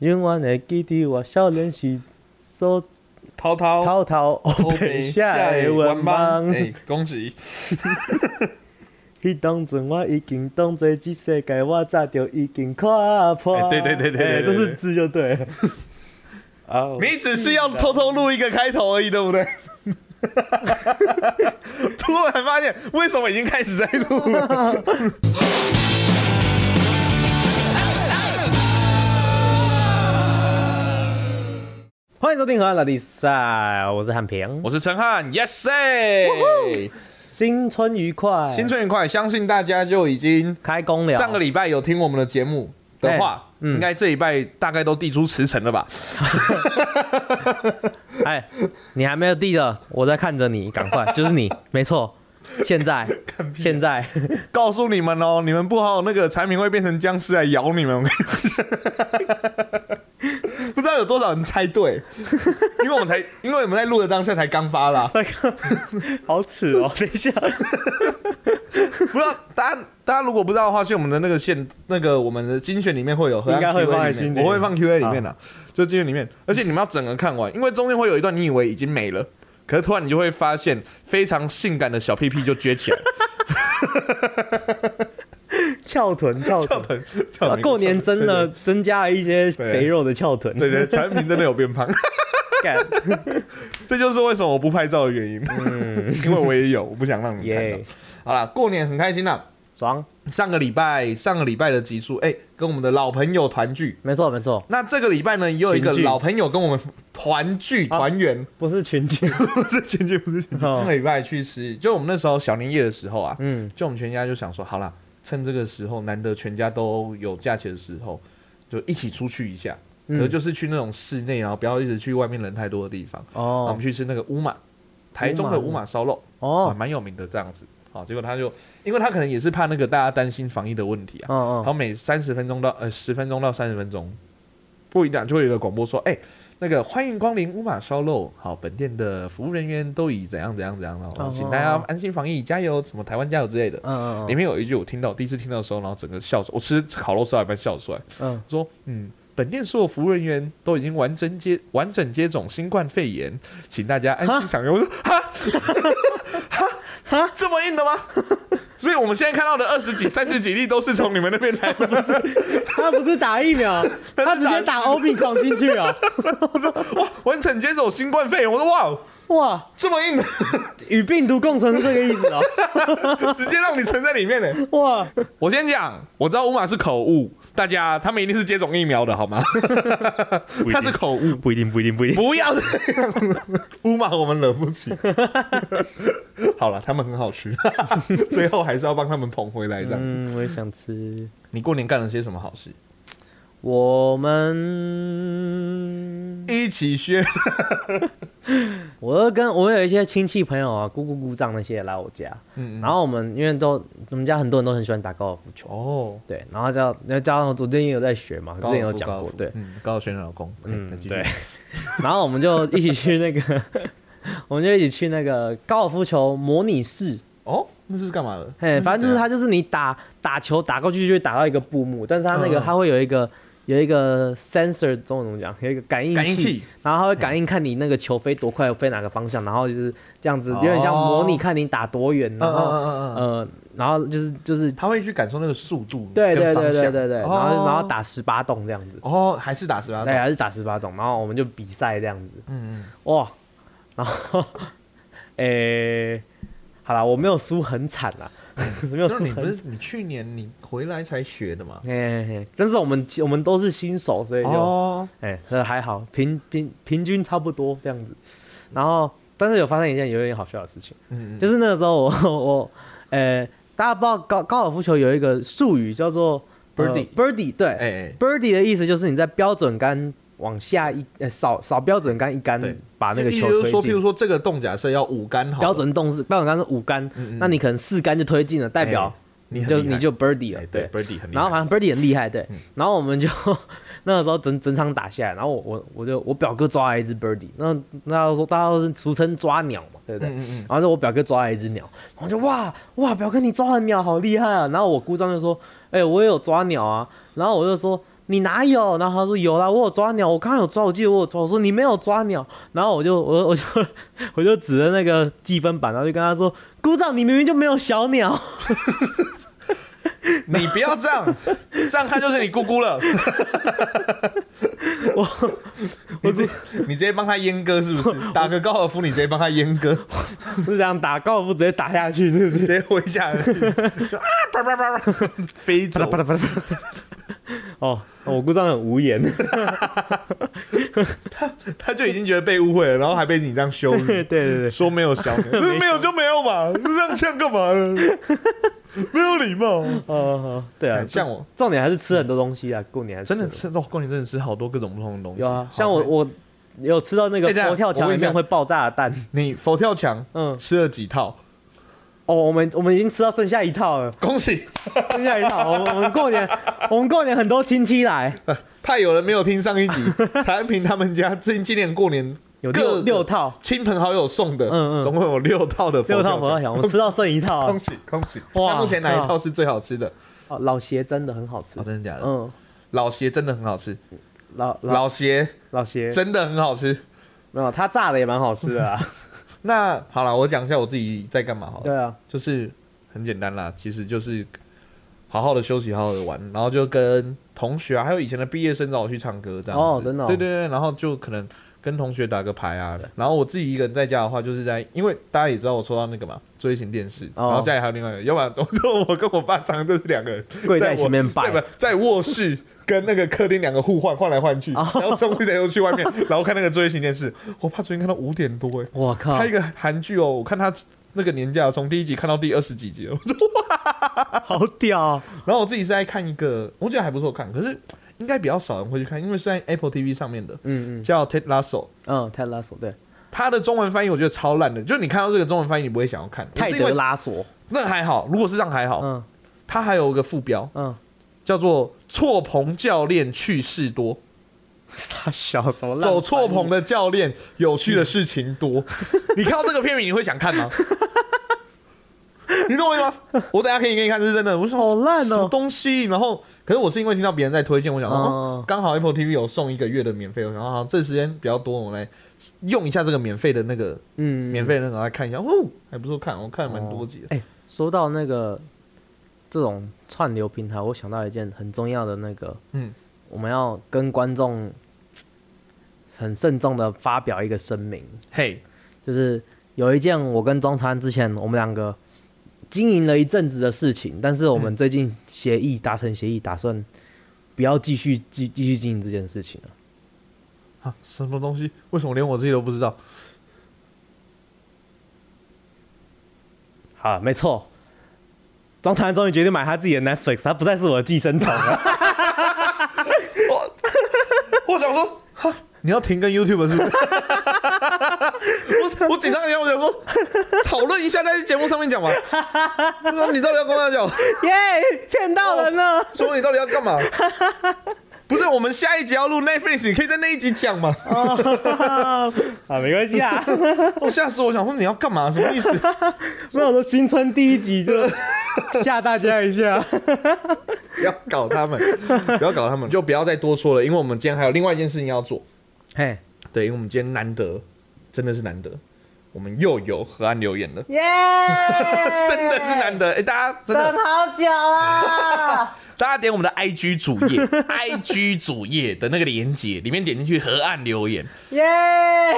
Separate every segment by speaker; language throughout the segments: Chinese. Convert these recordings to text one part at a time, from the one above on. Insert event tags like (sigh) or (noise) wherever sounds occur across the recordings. Speaker 1: 永远会记得我少年时所
Speaker 2: 涛涛，
Speaker 1: 滔滔
Speaker 2: 欧
Speaker 1: 黑
Speaker 2: 北
Speaker 1: 白
Speaker 2: 下
Speaker 1: 下
Speaker 2: 的
Speaker 1: 的
Speaker 2: 文盲，
Speaker 1: 愿望。
Speaker 2: 哎，恭喜！
Speaker 1: 迄当阵我已经当作这世界，我早就已经看破。
Speaker 3: 哎对对对对对
Speaker 1: 哎
Speaker 3: 对
Speaker 1: 都
Speaker 3: 对
Speaker 1: 是字就对
Speaker 3: (laughs)
Speaker 1: 了。啊，我
Speaker 3: (laughs) 你只是要偷偷录一个开头而已，对不 (laughs) 对？突然发现为什么已经开始在录了？
Speaker 1: 欢迎收听《荷兰比赛》，我是汉平。
Speaker 3: (laughs) 我是陈汉，Yes say，
Speaker 1: 新春愉快，
Speaker 3: 新春愉快！相信大家就已经
Speaker 1: 开工了。
Speaker 3: 上个礼拜有听我们的节目的话，
Speaker 1: 哎嗯
Speaker 3: 应该这礼拜大概都递出辞呈了吧？ (laughs)
Speaker 1: 哎，你还没有递的，我在看着你，赶
Speaker 3: (laughs)
Speaker 1: 快，就是你，没错。现在，
Speaker 3: 啊
Speaker 1: 现在， (laughs)
Speaker 3: 告诉你们哦，你们不好，那个产品会变成僵尸来咬你们。 (laughs) 不知道有多少人猜对，因为我们才，因为我们在录的当下才刚发啦，
Speaker 1: 那个好耻哦！等一下，
Speaker 3: 不知道大家大家如果不知道的话，去我们的那个线那个我们的精选里面会有，
Speaker 1: 应该会放在
Speaker 3: Q&A 里
Speaker 1: 精
Speaker 3: 面
Speaker 1: 选
Speaker 3: 我会放 Q A 里面的，就精选里面，而且你们要整个看完，因为中间会有一段你以为已经没了，可是突然你就会发现非常性感的小屁屁就
Speaker 1: (laughs)
Speaker 3: 撅起来，
Speaker 1: 翘臀，翘臀。(laughs)
Speaker 3: 很
Speaker 1: 啊过年真的，增加了一些
Speaker 3: 对
Speaker 1: 肥肉的翘臀，
Speaker 3: 对对，对产品真的有变胖。
Speaker 1: (laughs) 干
Speaker 3: 这就是为什么我不拍照的原因，
Speaker 1: 嗯
Speaker 3: (laughs) 因为我也有，我不想让你看到
Speaker 1: 耶。，
Speaker 3: 好啦，过年很开心啦。
Speaker 1: 爽，
Speaker 3: 上个礼拜，上个礼拜的集数，哎、跟我们的老朋友团聚。
Speaker 1: 没错没错，
Speaker 3: 那这个礼拜呢，也有一个
Speaker 1: 群聚
Speaker 3: 老朋友跟我们团聚
Speaker 1: 啊
Speaker 3: 团圆， (laughs)
Speaker 1: 不是群聚，
Speaker 3: 不是前聚，不是前聚。
Speaker 1: 哦
Speaker 3: 上个礼拜去吃，就我们那时候小年夜的时候啊，
Speaker 1: 嗯，
Speaker 3: 就我们全家就想说，好啦，趁这个时候，难得全家都有假期的时候，就一起出去一下。可
Speaker 1: 嗯
Speaker 3: 是就是去那种室内，然后不要一直去外面人太多的地方。那我
Speaker 1: 哦
Speaker 3: 们去吃那个乌马，台中的乌马烧肉，啊，
Speaker 1: 哦
Speaker 3: 蛮有名的这样子。好，结果他就，因为他可能也是怕那个大家担心防疫的问题啊，
Speaker 1: 哦
Speaker 3: 然后
Speaker 1: 哦，
Speaker 3: 每三十分钟到呃十分钟到三十分钟，不一定就会有一个广播说，哎、那个欢迎光临乌马烧肉，好，本店的服务人员都已怎样怎样怎样，然后
Speaker 1: 哦
Speaker 3: 请大家安心防疫，加油，什么台湾加油之类的。
Speaker 1: 嗯
Speaker 3: 里
Speaker 1: 嗯
Speaker 3: 面有一句我听到第一次听到的时候，然后整个笑出，我吃烤肉吃到一半笑出来，
Speaker 1: 嗯，
Speaker 3: 说，嗯，本店所有服务人员都已经完整接完整接种新冠肺炎，请大家安心享用。我说哈， (laughs) 哈，哈，这么硬的吗？ (laughs) 所以我们现在看到的二十几、三十几例都是从你们那边来的。
Speaker 1: 他不是打疫苗， (laughs) 他直接打欧米狂进去 (laughs) 哦，
Speaker 3: 我说哇，完整接种新冠肺炎。我说哇，哦
Speaker 1: 哇，
Speaker 3: 这么硬的， (laughs)
Speaker 1: 与病毒共存是这个意思哦，
Speaker 3: 直接让你沉在里面呢。
Speaker 1: 哇，
Speaker 3: 我先讲，我知道乌马是口误，大家他们一定是接种疫苗的好吗？他是口误。
Speaker 1: 不一定不一定不一定，
Speaker 3: 不要这样，乌马我们惹不起。好了，他们很好
Speaker 1: (laughs)
Speaker 3: 吃，最后还是要帮他们捧回来这样。
Speaker 1: 嗯，我也想吃，
Speaker 3: 你过年干了些什么好事？
Speaker 1: 我们
Speaker 3: 一起学，
Speaker 1: 我跟我有一些亲戚朋友啊，姑姑姑丈那些来我家，
Speaker 3: 嗯
Speaker 1: 然后我们因为都我们家很多人都很喜欢打高尔夫球。
Speaker 3: 哦，
Speaker 1: 对，然后加那加上我最近有在学嘛，之前有讲过，对，
Speaker 3: 嗯，高晓轩的老公，
Speaker 1: 嗯
Speaker 3: 嗯，
Speaker 1: 对，然后我们就一起去那个， (laughs) 我们就一起去那个高尔夫球模拟室，
Speaker 3: 哦，那是干嘛的？
Speaker 1: 嘿，反正就是
Speaker 3: 怎
Speaker 1: 它就是你打打球打过去就会打到一个布幕，但是它那个
Speaker 3: 嗯嗯
Speaker 1: 它会有一个有一个 sensor 中文怎么讲，有一个感应
Speaker 3: 感应器，嗯
Speaker 1: 然后它会感应看你那个球飞多快，飞哪个方向，然后就是这样子，有点像模拟
Speaker 3: 哦
Speaker 1: 看你打多远，然后
Speaker 3: 嗯嗯嗯，
Speaker 1: 呃，然后就是就是
Speaker 3: 他会去感受那个速度，
Speaker 1: 对对对对对对，然
Speaker 3: 然
Speaker 1: 后然后，打十八洞这样子。
Speaker 3: 哦，还是打十八
Speaker 1: 对，
Speaker 3: 洞，
Speaker 1: 还是打十八种，然后我们就比赛这样子，
Speaker 3: 嗯嗯，
Speaker 1: 哇，然后， (laughs) 诶、好啦，我没有输很惨啦， (laughs) 没有
Speaker 3: 那
Speaker 1: 输
Speaker 3: 你不
Speaker 1: 很，
Speaker 3: 是你去年你回来才学的嘛？
Speaker 1: 哎、嘿但是我们我们都是新手，所以就，哎、
Speaker 3: 哦，
Speaker 1: 呃还好，平平平均差不多这样子，然后，但是有发生一件有点好笑的事情，
Speaker 3: 嗯嗯，
Speaker 1: 就是那个时候我 (laughs) 我，呃、大家不知道高高尔夫球有一个术语叫做呃
Speaker 3: Birdie
Speaker 1: birdie，对、
Speaker 3: 哎哎
Speaker 1: birdie 的意思就是你在标准杆往下一呃少少标准杆一杆
Speaker 3: 对，
Speaker 1: 把那个
Speaker 3: 意思
Speaker 1: 球
Speaker 3: 就是
Speaker 1: 推
Speaker 3: 说，譬如
Speaker 1: 进。
Speaker 3: 说这个洞假设要五杆好了，
Speaker 1: 标准洞是标准杆是五杆，
Speaker 3: 嗯嗯
Speaker 1: 那你可能四杆就推进了，代表
Speaker 3: 哎你很
Speaker 1: 就
Speaker 3: 厉害
Speaker 1: 你就 birdie 了
Speaker 3: 哎，对 birdie 很厉害，嗯
Speaker 1: 然后反正 birdie 很厉害，对。然后我们就 (laughs) 那个时候整整场打下来，然后我我我就我表哥抓了一只 birdie，那那时候大家都是俗称抓鸟嘛，对不对？
Speaker 3: 嗯嗯嗯
Speaker 1: 然后就我表哥抓了一只鸟，然后就哇哇，表哥你抓了鸟好厉害啊！然后我姑丈就说，哎、我也有抓鸟啊。然后我就说，你哪有？”然后他说：“有啦，我有抓鸟，我刚刚有抓，我记得我有抓。”我说：“你没有抓鸟。”然后我就我我就 (laughs) 我就指着那个计分板，然后就跟他说：“鼓掌，你明明就没有小鸟。
Speaker 3: 你不要这样，
Speaker 1: (laughs)
Speaker 3: 这样看就是你姑姑了。我，我直你直接帮他阉割是不是？打个高尔夫，你直接帮他
Speaker 1: (laughs)
Speaker 3: 阉割，”
Speaker 1: 是这样打高尔夫直接打下去，是不
Speaker 3: 直
Speaker 1: 是？
Speaker 3: 接挥下来，就啊叭叭叭叭
Speaker 1: (laughs)
Speaker 3: 飞
Speaker 1: 啪啦
Speaker 3: 走
Speaker 1: 啪。啦啪啦啪啦。 (laughs) 哦，我故障很无言，
Speaker 3: 他就已经觉得被误会了，然后还被你这样羞辱，
Speaker 1: 对对
Speaker 3: (laughs)
Speaker 1: 对，
Speaker 3: 说没
Speaker 1: (laughs)
Speaker 3: 有小鸟，那没有就没有嘛，这样呛干嘛呢？没有礼貌。
Speaker 1: 哦，对啊，
Speaker 3: 像我
Speaker 1: 重点还是吃很多东西啊，过年还是
Speaker 3: 哎真的
Speaker 1: 吃
Speaker 3: 吃，哦，过年真的吃好多各种不同的东西。
Speaker 1: 有啊，
Speaker 3: 好
Speaker 1: 像我
Speaker 3: 那
Speaker 1: 我有吃到那个
Speaker 3: 哎等一下
Speaker 1: 佛跳
Speaker 3: 我
Speaker 1: 墙
Speaker 3: 问
Speaker 1: 里
Speaker 3: 一下
Speaker 1: 面会爆炸的蛋，
Speaker 3: 你佛跳墙
Speaker 1: 嗯，
Speaker 3: 吃了几套？
Speaker 1: 哦，我们我们已经吃到剩下一套了，
Speaker 3: 恭喜！
Speaker 1: 剩下一套，我们我们过年我们过年很多亲戚来，
Speaker 3: 怕有人没有听
Speaker 1: (laughs)
Speaker 3: 上一集，产品他们家今今年过年
Speaker 1: 有
Speaker 3: 各
Speaker 1: 六
Speaker 3: 个
Speaker 1: 六套
Speaker 3: 亲朋好友送的，
Speaker 1: 嗯嗯
Speaker 3: 总共有六套的
Speaker 1: 六套佛
Speaker 3: 佛
Speaker 1: 跳
Speaker 3: 跳
Speaker 1: 墙，我们吃到剩一套
Speaker 3: (laughs) 恭
Speaker 1: 啊，
Speaker 3: 喜恭喜！
Speaker 1: 哇
Speaker 3: 那目前哪一套是最好吃的？
Speaker 1: 哦老鞋真的很好吃
Speaker 3: 哦，，真的假的？
Speaker 1: 嗯，
Speaker 3: 老鞋真的很好吃，
Speaker 1: 老老
Speaker 3: 老鞋
Speaker 1: 老鞋
Speaker 3: 真的很好吃。
Speaker 1: 没有，它炸的也蛮好吃的啊，
Speaker 3: 那好了，我讲一下我自己在干嘛好了，
Speaker 1: 对啊，
Speaker 3: 就是很简单啦，其实就是好好的休息，好好的玩，然后就跟同学啊，还有以前的毕业生找我去唱歌这样子，
Speaker 1: 哦真的哦
Speaker 3: 对对对，然后就可能跟同学打个牌啊，然后我自己一个人在家的话，就是在因为大家也知道我抽到那个嘛追星电视，
Speaker 1: 哦
Speaker 3: 然后家里还有另外一个，要不然我就我跟我爸常常就是两个人
Speaker 1: (laughs) 跪在
Speaker 3: 我
Speaker 1: 前面
Speaker 3: 在
Speaker 1: 拜
Speaker 3: 不在卧室。跟那个客厅两个互换，换来换
Speaker 1: (laughs)
Speaker 3: 去，然后送谁又去外面，然后看那个追星电视。我爸昨天看到五点多、欸，
Speaker 1: 我靠
Speaker 3: 他，一个韩剧哦，我看他那个年假从第一集看到第二十几集了，
Speaker 1: 好屌哦，
Speaker 3: 然后我自己是在看一个，我觉得还不错看，可是应该比较少人会去看，因为是在 Apple TV 上面的，
Speaker 1: 嗯嗯
Speaker 3: 叫 Ted Lasso，
Speaker 1: 嗯，泰德拉索对，
Speaker 3: 它的中文翻译我觉得超烂的，就是你看到这个中文翻译你不会想要看，
Speaker 1: 泰
Speaker 3: 我是因
Speaker 1: 德
Speaker 3: 为
Speaker 1: 拉索，
Speaker 3: 那还好，如果是这样还好，
Speaker 1: 嗯
Speaker 3: 它还有一个副标
Speaker 1: 嗯，
Speaker 3: 叫做“错棚教练趣事多”。
Speaker 1: 傻小什么烂
Speaker 3: 走错
Speaker 1: 翻译
Speaker 3: 棚的教练，有趣的事情多。嗯 (laughs) 你看到这个片名，你会想看 (laughs) 吗？你懂我意思吗？我等一下可以给你看，这是真的。我说
Speaker 1: 好烂哦
Speaker 3: 什么东西？然后，可是我是因为听到别人在推荐，我想说，
Speaker 1: 嗯
Speaker 3: 哦刚、好 Apple TV 有送一个月的免费，然后啊这时间比较多，我们来用一下这个免费的那个
Speaker 1: 嗯，
Speaker 3: 免费的那个来看一下。哦，还不错看，我看了蛮多集的。
Speaker 1: 哎、说到那个这种串流平台，我想到一件很重要的那个，
Speaker 3: 嗯，
Speaker 1: 我们要跟观众很慎重的发表一个声明，
Speaker 3: 嘿，
Speaker 1: 就是有一件我跟中餐之前我们两个经营了一阵子的事情，但是我
Speaker 3: 嗯
Speaker 1: 们最近协议达成协议，打算不要继续继继续经营这件事情了。
Speaker 3: 啊，什么东西？为什么连我自己都不知道？
Speaker 1: 好，没错。中餐终于决定买他自己的 Netflix，他不再是我的寄生虫了。
Speaker 3: (laughs) 我想说，哈，你要停更 YouTube 是不 (laughs) 是？我我紧张一下，我想说，讨论一下在节目上面讲嘛。 (laughs) 那你到底要跟他讲？
Speaker 1: (laughs) 耶、骗到人了！ (laughs)
Speaker 3: 说你到底要干嘛？不是，我们下一集要录 Netflix，你可以在那一集讲嘛。
Speaker 1: 啊，没关系 (laughs) 啊。
Speaker 3: 我吓死我，想说你要干嘛？什么意思？ (laughs)
Speaker 1: 没有我说新春第一 (laughs) 集就吓大家一下。
Speaker 3: 不要搞他们，不要搞他们，就不要再多说了，因为我们今天还有另外一件事情要做。
Speaker 1: 嘿，
Speaker 3: 对，因为我们今天难得，真的是难得，我们又有河岸留言了，
Speaker 1: 耶！
Speaker 3: (laughs) 真的是难得。哎、大家真的
Speaker 1: 等好久
Speaker 3: (laughs)
Speaker 1: 啊！
Speaker 3: 大家点我们的 IG 主页
Speaker 1: (laughs)
Speaker 3: ，IG 主页的那个连接里面点进去河岸留言，
Speaker 1: 耶！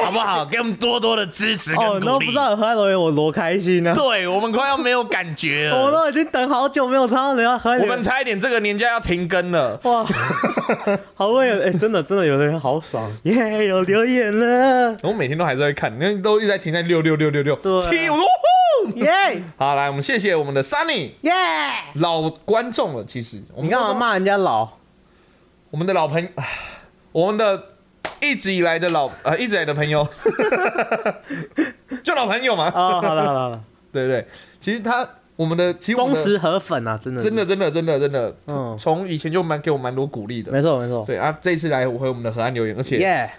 Speaker 3: 好不好？给我们多多的支持跟
Speaker 1: 哎哦，然
Speaker 3: 鼓
Speaker 1: 后
Speaker 3: 励。
Speaker 1: 不知道有何安留言，我多开心呢、
Speaker 3: 对我们快要没有感觉
Speaker 1: (laughs) 我
Speaker 3: 了，
Speaker 1: 都已经等好久没有看到人家何安
Speaker 3: 我
Speaker 1: 留
Speaker 3: 们
Speaker 1: 言，
Speaker 3: 差一点这个年假要停
Speaker 1: (laughs)
Speaker 3: 更了。
Speaker 1: 哇， (laughs) 好会有哎、真的真的有的人好爽耶有留言了
Speaker 3: 我每天都还是在看，因为都一直在停在六六六六六
Speaker 1: 对啊
Speaker 3: 七，我说呼
Speaker 1: 耶
Speaker 3: 好，来，我们谢谢我们的 Sunny
Speaker 1: 耶！
Speaker 3: 老观众了。其实我
Speaker 1: 你
Speaker 3: 们
Speaker 1: 干嘛骂人家老？
Speaker 3: 我们的老朋，我们的一直以来的老呃一直以来的朋
Speaker 1: (laughs)
Speaker 3: 友， (laughs) 就老朋友嘛。
Speaker 1: 哦，好了好了
Speaker 3: (laughs)
Speaker 1: 好了，
Speaker 3: 对不对？其实他我们的其实我
Speaker 1: 忠
Speaker 3: 们的
Speaker 1: 实河粉啊，真的
Speaker 3: 真的真的真的真的，
Speaker 1: 嗯
Speaker 3: 从以前就蛮给我蛮多鼓励的。
Speaker 1: 没错没错，
Speaker 3: 对啊，这一次来回我们的河岸留言，而且
Speaker 1: 耶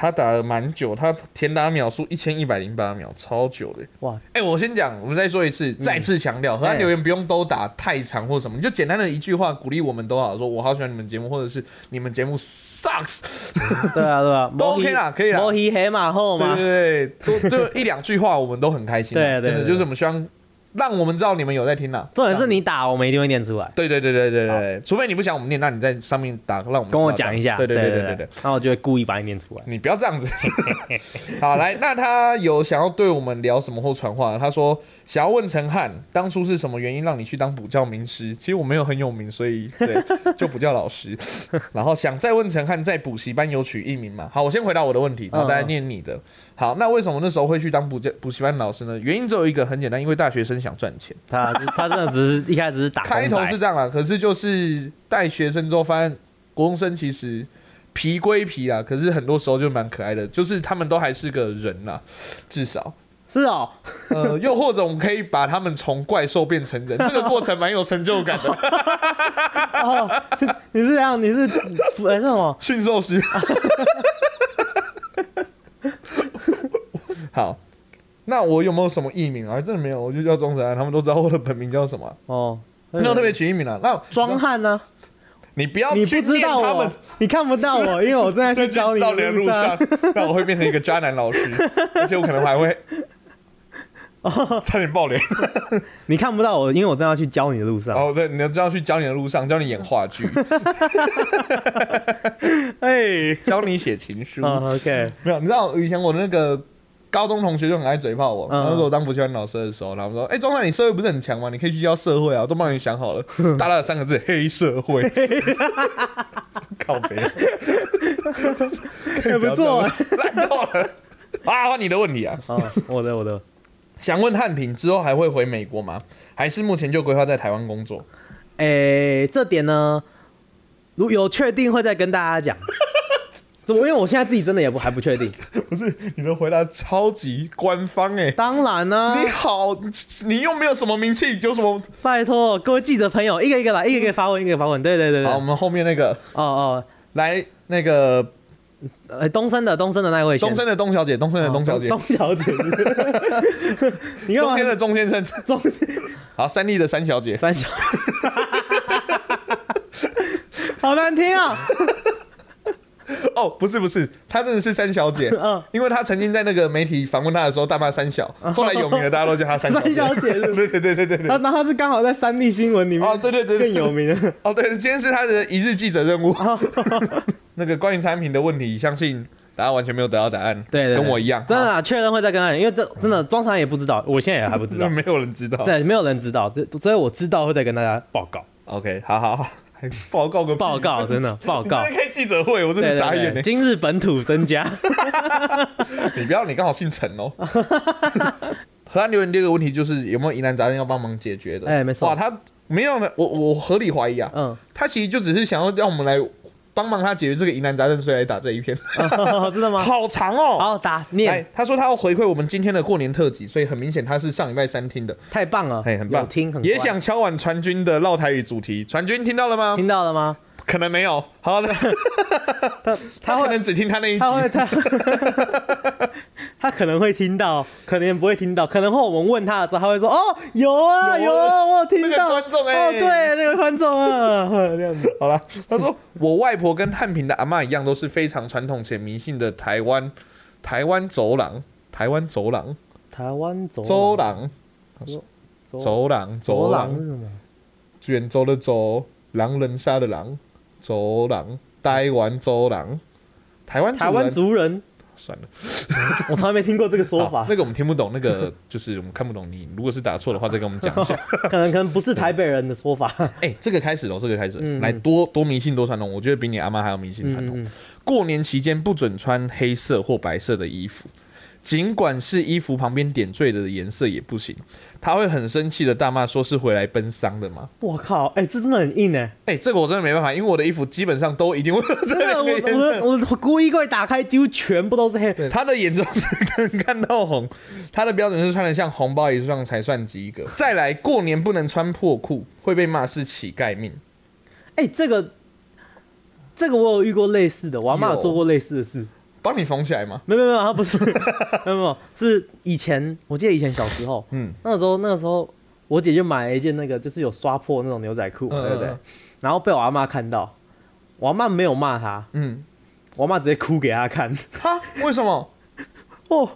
Speaker 3: 他打了蛮久，他填打秒数一千一百零八秒，超久的。
Speaker 1: 哇，
Speaker 3: 哎、我先讲，我们再说一次，再次强调，河岸
Speaker 1: 哎
Speaker 3: 留言不用都打太长或什么，你就简单的一句话鼓励我们都好，说我好喜欢你们节目，或者是你们节目 sucks，
Speaker 1: 对啊对啊，
Speaker 3: (laughs) 都 OK 啦可以啦
Speaker 1: 摩西黑马后嘛，
Speaker 3: 对对对，都就一两句话，我们都很开心啊。
Speaker 1: 对对
Speaker 3: 真的
Speaker 1: 对
Speaker 3: 就是我们希望让我们知道你们有在听啦。
Speaker 1: 重点是你打，我们一定会念出来。
Speaker 3: 对对对对对对，除非你不想我们念，那你在上面打，让我们
Speaker 1: 跟我
Speaker 3: 知道
Speaker 1: 讲一下，
Speaker 3: 对
Speaker 1: 对
Speaker 3: 对对
Speaker 1: 对
Speaker 3: 对对对，，
Speaker 1: 那我就会故意把你念出来。
Speaker 3: 你不要这样子。 (laughs) 好，来，那他有想要对我们聊什么或传话？他说想要问陈汉，当初是什么原因让你去当补教名师？其实我没有很有名，所以对， (laughs) 就补教老师。然后想再问陈汉，在补习班有取艺名吗？好，我先回答我的问
Speaker 1: 嗯
Speaker 3: 题，然后大家念你的。好，那为什么那时候会去当补教补习班老师呢？原因只有一个，很简单，因为大学生想赚钱。
Speaker 1: 他他真的只是一开始是打工仔
Speaker 3: (laughs) 开头是这样啦，可是就是带学生之后，发现国中生其实皮归皮啊，可是很多时候就蛮可爱的，就是他们都还是个人啦，至
Speaker 1: (laughs)
Speaker 3: 少，
Speaker 1: 是哦，
Speaker 3: 呃，又或者我们可以把他们从怪兽变成人，这个过程蛮有成就感
Speaker 1: (laughs)
Speaker 3: 的。
Speaker 1: 哦， (laughs) 你是这样，你是呃那什么？
Speaker 3: 驯
Speaker 1: (laughs)
Speaker 3: 兽师，好，那我有没有什么艺名啊？真的没有，我就叫庄子安，他们都知道我的本名叫什么啊，
Speaker 1: 哦，
Speaker 3: 没有特别取艺名啊。那
Speaker 1: 壮汉呢？
Speaker 3: 你不要
Speaker 1: 你
Speaker 3: 去
Speaker 1: 不知
Speaker 3: 念
Speaker 1: 道
Speaker 3: 他
Speaker 1: 我
Speaker 3: 们，
Speaker 1: (laughs) 你看不到我，因为我正 (laughs) 在
Speaker 3: (laughs) 在
Speaker 1: 去教你
Speaker 3: 少年路
Speaker 1: 上
Speaker 3: 上。，
Speaker 1: (laughs)
Speaker 3: 那我会变成一个渣男老师，而且我可能还会
Speaker 1: 哦
Speaker 3: 差点爆
Speaker 1: (laughs)
Speaker 3: 脸。
Speaker 1: 你看不到我，因为我正要去教你的路上。
Speaker 3: 哦，对，你要知道去教你的路上，教你演
Speaker 1: (laughs)
Speaker 3: 话剧，
Speaker 1: 哎，
Speaker 3: 教你写情书。
Speaker 1: (laughs) 哦，OK，
Speaker 3: 没有，你知道以前我那个高中同学就很爱嘴炮我，
Speaker 1: 嗯
Speaker 3: 然后那时候我当补习班老师的时候，然后他们说：“哎、庄汉，你社会不是很强吗？你可以去教社会啊，我都帮你想好了。”
Speaker 1: 嗯
Speaker 3: 大大的三个字：黑
Speaker 1: (laughs)
Speaker 3: 社会。靠北，
Speaker 1: 也不错啊。
Speaker 3: 烂透
Speaker 1: (laughs)
Speaker 3: 了。啊，换你的问题啊。 (laughs)
Speaker 1: 哦，我的我 (laughs) 的，
Speaker 3: 想问汉平之后还会回美国吗？还是目前就规划在台湾工作？
Speaker 1: 哎，这点呢，如有确定会再跟大家讲。 (laughs) 怎么？因为我现在自己真的也不还不确定。
Speaker 3: 不是，你的回答超级官方哎、
Speaker 1: 当然呢、
Speaker 3: (laughs) 你好，你又没有什么名气，有什么？
Speaker 1: 拜托各位记者朋友，一个一个来，一个一个发问，一个一个发问。对对对对，
Speaker 3: 好，我
Speaker 1: 哦
Speaker 3: 们后面那个
Speaker 1: 哦，
Speaker 3: 来那个
Speaker 1: 呃，东升的东升的那位先，
Speaker 3: 东升的东小姐，东升的
Speaker 1: 哦
Speaker 3: 东小姐，
Speaker 1: 东小
Speaker 3: (laughs)
Speaker 1: 姐，你干
Speaker 3: 中
Speaker 1: 嘛
Speaker 3: 间的钟先生，
Speaker 1: 中
Speaker 3: (laughs) 好，三立的三小 (laughs) 姐，
Speaker 1: 三小，好难听啊！
Speaker 3: 哦，不是不是，她真的是三小 (laughs) 姐，
Speaker 1: 嗯
Speaker 3: 因为她曾经在那个媒体访问她的时候大骂三小，后来有名了，大家都叫她 (laughs) 三
Speaker 1: 三
Speaker 3: 小
Speaker 1: 小
Speaker 3: 姐。
Speaker 1: 姐是，
Speaker 3: 对对对对 (laughs) 对对，
Speaker 1: 然后他是刚好在三立新闻里
Speaker 3: 哦
Speaker 1: 面
Speaker 3: 对对对
Speaker 1: 更
Speaker 3: 对，
Speaker 1: 有名的。
Speaker 3: 哦，对，今天是他的一日记者任务。
Speaker 1: 哦
Speaker 3: (laughs) 那个关于产品的问题，相信大家完全没有得到答案，
Speaker 1: 对对，对
Speaker 3: 跟我一样，
Speaker 1: 真的
Speaker 3: 啊
Speaker 1: 啊，确认会再跟他讲，因为这真的庄长也不知道，我现在也还不知
Speaker 3: 真的
Speaker 1: 道，
Speaker 3: 没有人知道。
Speaker 1: (laughs) 对，没有人知道，这所以我知道会再跟大家报
Speaker 3: (laughs)
Speaker 1: 告
Speaker 3: OK，好好 (laughs) 好，还报告个屁
Speaker 1: 报告，真的报
Speaker 3: 你
Speaker 1: 告
Speaker 3: 真。的开记者会，我真
Speaker 1: 对
Speaker 3: 的傻
Speaker 1: 对
Speaker 3: 眼欸
Speaker 1: 对，
Speaker 3: 呢。
Speaker 1: 今日本土增
Speaker 3: (laughs)
Speaker 1: 加。
Speaker 3: 你不要，你刚好姓陈
Speaker 1: (laughs)
Speaker 3: 哦。河岸留言第二个问题就是有没有疑难杂症要帮忙解决的？
Speaker 1: 哎没错
Speaker 3: 哇，他没有呢，我我合理怀疑啊，
Speaker 1: 嗯， (laughs)
Speaker 3: 他其实就只是想要让我们来帮忙他解决这个疑难杂症，所以来打这一篇。
Speaker 1: 真的吗？
Speaker 3: 好长哦，
Speaker 1: 好打
Speaker 3: 哎
Speaker 1: 念，，
Speaker 3: 他说他要回馈我们今天的过年特辑，所以很明显他是上礼拜三听的，
Speaker 1: 太棒了，
Speaker 3: 哎，很棒，
Speaker 1: 有听很乖
Speaker 3: 也想敲碗传君的绕台语主题，传君听到了
Speaker 1: (laughs)
Speaker 3: 吗？
Speaker 1: 听到了吗？
Speaker 3: 可能没有，好的，
Speaker 1: 他
Speaker 3: 他
Speaker 1: 他
Speaker 3: 可
Speaker 1: 会
Speaker 3: 能只听他那一集
Speaker 1: 他。会他 (laughs) 他可能会听到，可能也不会听到，可能会我们问他的时候，他会说哦有啊
Speaker 3: 有
Speaker 1: 有啊，我有听
Speaker 3: 那个
Speaker 1: 到
Speaker 3: 观众哎
Speaker 1: 哦对那个观众啊 (laughs) 这样子，
Speaker 3: 好了，他说我外婆跟汉平的阿嬷一样，都是非常传统且迷信的台湾台湾走廊，台湾走廊
Speaker 1: 台湾走
Speaker 3: 走廊
Speaker 1: 哦走
Speaker 3: 走廊
Speaker 1: 走
Speaker 3: 走
Speaker 1: 廊
Speaker 3: 廊
Speaker 1: 是什么？
Speaker 3: 卷轴的走，狼人杀的狼走廊，台湾走廊，台湾
Speaker 1: 台湾
Speaker 3: 人
Speaker 1: 族人，
Speaker 3: 算了。
Speaker 1: 我从来没听过这个说
Speaker 3: 好
Speaker 1: 法
Speaker 3: 那，个我们听不懂，
Speaker 1: (laughs)
Speaker 3: 那个就是我们看不懂。你如果是打错的话，再跟我们讲一下。
Speaker 1: 可能可能不是台北人的说法。
Speaker 3: 哎、这个开始喽，这个开始，
Speaker 1: 嗯
Speaker 3: 来多多迷信多传统，我觉得比你阿妈还要迷信传统。
Speaker 1: 嗯，嗯
Speaker 3: 过年期间不准穿黑色或白色的衣服，尽管是衣服旁边点缀的颜色也不行。他会很生气的大骂，说是回来奔丧的吗？
Speaker 1: 我靠，哎，这真的很硬哎，
Speaker 3: 哎、这个我真的没办法，因为我的衣服基本上都一 (laughs) 定会有这
Speaker 1: 真的，
Speaker 3: 两个颜色。
Speaker 1: 我我我故衣柜打开，几乎全部都是黑。
Speaker 3: 他的眼中只能看到红，他的标准是穿得像红包一样才算及
Speaker 1: (laughs)
Speaker 3: 格。再来，过年不能穿破裤，会被骂是乞丐命。
Speaker 1: 哎、这个这个我有遇过类似的，我阿妈有
Speaker 3: 有
Speaker 1: 做过类似的事。
Speaker 3: 帮你缝起来吗？
Speaker 1: 没有没有没有，他不是，没有没有，是以前我记得以前小时候，
Speaker 3: 嗯
Speaker 1: 嗯，那个时候那个时候我姐就买了一件那个就是有刷破那种牛仔裤嘛，
Speaker 3: 嗯
Speaker 1: 对不对
Speaker 3: 嗯？
Speaker 1: 然后被我阿妈看到，我阿妈没有骂她，
Speaker 3: 嗯，
Speaker 1: 我阿妈直接哭给她看，
Speaker 3: 哈，为什么？
Speaker 1: 哦。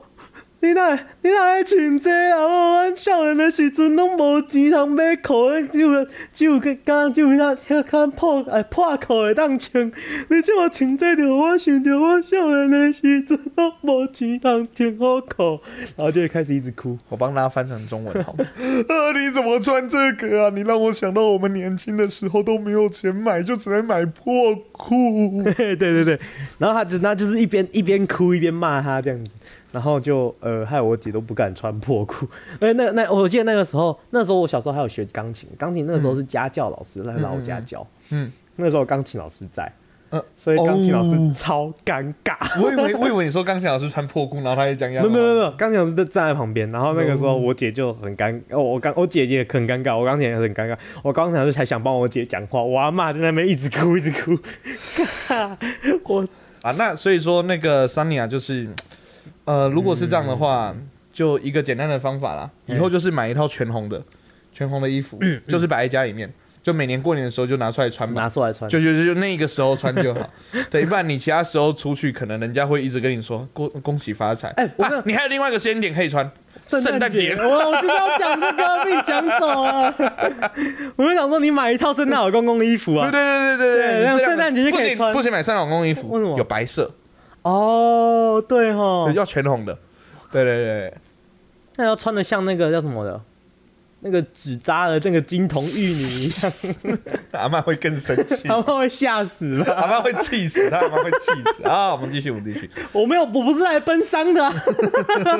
Speaker 1: 你哪你哪会穿这啊？我阮少年的时阵拢无钱通买裤，只有只有个敢只有那遐看破哎破裤会当穿。你即么穿这着，我想着我少年的时阵拢无钱通穿好裤，然后就会开始一直哭。
Speaker 3: 我帮大家翻成中文好 (laughs) 吗？呃，你怎么穿这个啊？你让我想到我们年轻的时候都没有钱买，就只能买破裤。
Speaker 1: (laughs) 对对对，然后他就那就是一边一边哭一边骂他这样子，然后就呃害我姐都不敢穿破裤。 (laughs) 而且那那我记得那个时候，那时候我小时候还有学钢琴，钢琴那个时候是家教老师来来我家教，
Speaker 3: 嗯，
Speaker 1: 那时候钢琴老师在，
Speaker 3: 呃，
Speaker 1: 所以钢琴老师
Speaker 3: 哦
Speaker 1: 超尴尬。
Speaker 3: 我以为我以为你说钢琴老师穿破裤，然后他也讲样
Speaker 1: 没有没
Speaker 3: 的话。
Speaker 1: 有没有没有，钢琴老师就站在旁边，然后那个时候我姐就很尴，哦我刚我姐姐很尴尬，我钢琴也很尴尬，我钢琴老师还想帮我姐讲话，我阿妈在那边一直哭一直哭，我
Speaker 3: 啊，那所以说那个 Sunny 啊，就是，呃，如果是这样的话，
Speaker 1: 嗯
Speaker 3: 就一个简单的方法啦，以后就是买一套全红的，全红的衣服，就是摆在家里面，就每年过年的时候就拿出来穿嘛，
Speaker 1: 嗯拿出来穿。
Speaker 3: 就就就就那个时候穿就好， (laughs) 对，不然你其他时候出去，可能人家会一直跟你说恭恭喜发财，
Speaker 1: 哎我没有
Speaker 3: 啊，你还有另外一个时间点可以穿，圣诞节
Speaker 1: 我我就是要讲这个，被你讲走
Speaker 3: (laughs)
Speaker 1: 了。我就想说，你买一套圣诞老公公的衣服
Speaker 3: 对
Speaker 1: 啊？
Speaker 3: 对对对
Speaker 1: 对
Speaker 3: 你
Speaker 1: 那
Speaker 3: 这样
Speaker 1: 圣诞节就
Speaker 3: 不
Speaker 1: 可以
Speaker 3: 行
Speaker 1: 穿
Speaker 3: 不行买圣诞老公衣服，
Speaker 1: 为什么
Speaker 3: 有白色，
Speaker 1: 哦，对哈
Speaker 3: 对，要全红的，对对对对，
Speaker 1: 那要穿的像那个叫什么的，那个纸扎的那个金童玉女一样，
Speaker 3: 阿妈会更生
Speaker 1: (laughs)
Speaker 3: 气。
Speaker 1: 他们会吓死吧？
Speaker 3: 阿妈会气死，他阿妈会气死啊！我们继续，我们继续。
Speaker 1: 我没有，我不是来奔丧的、啊，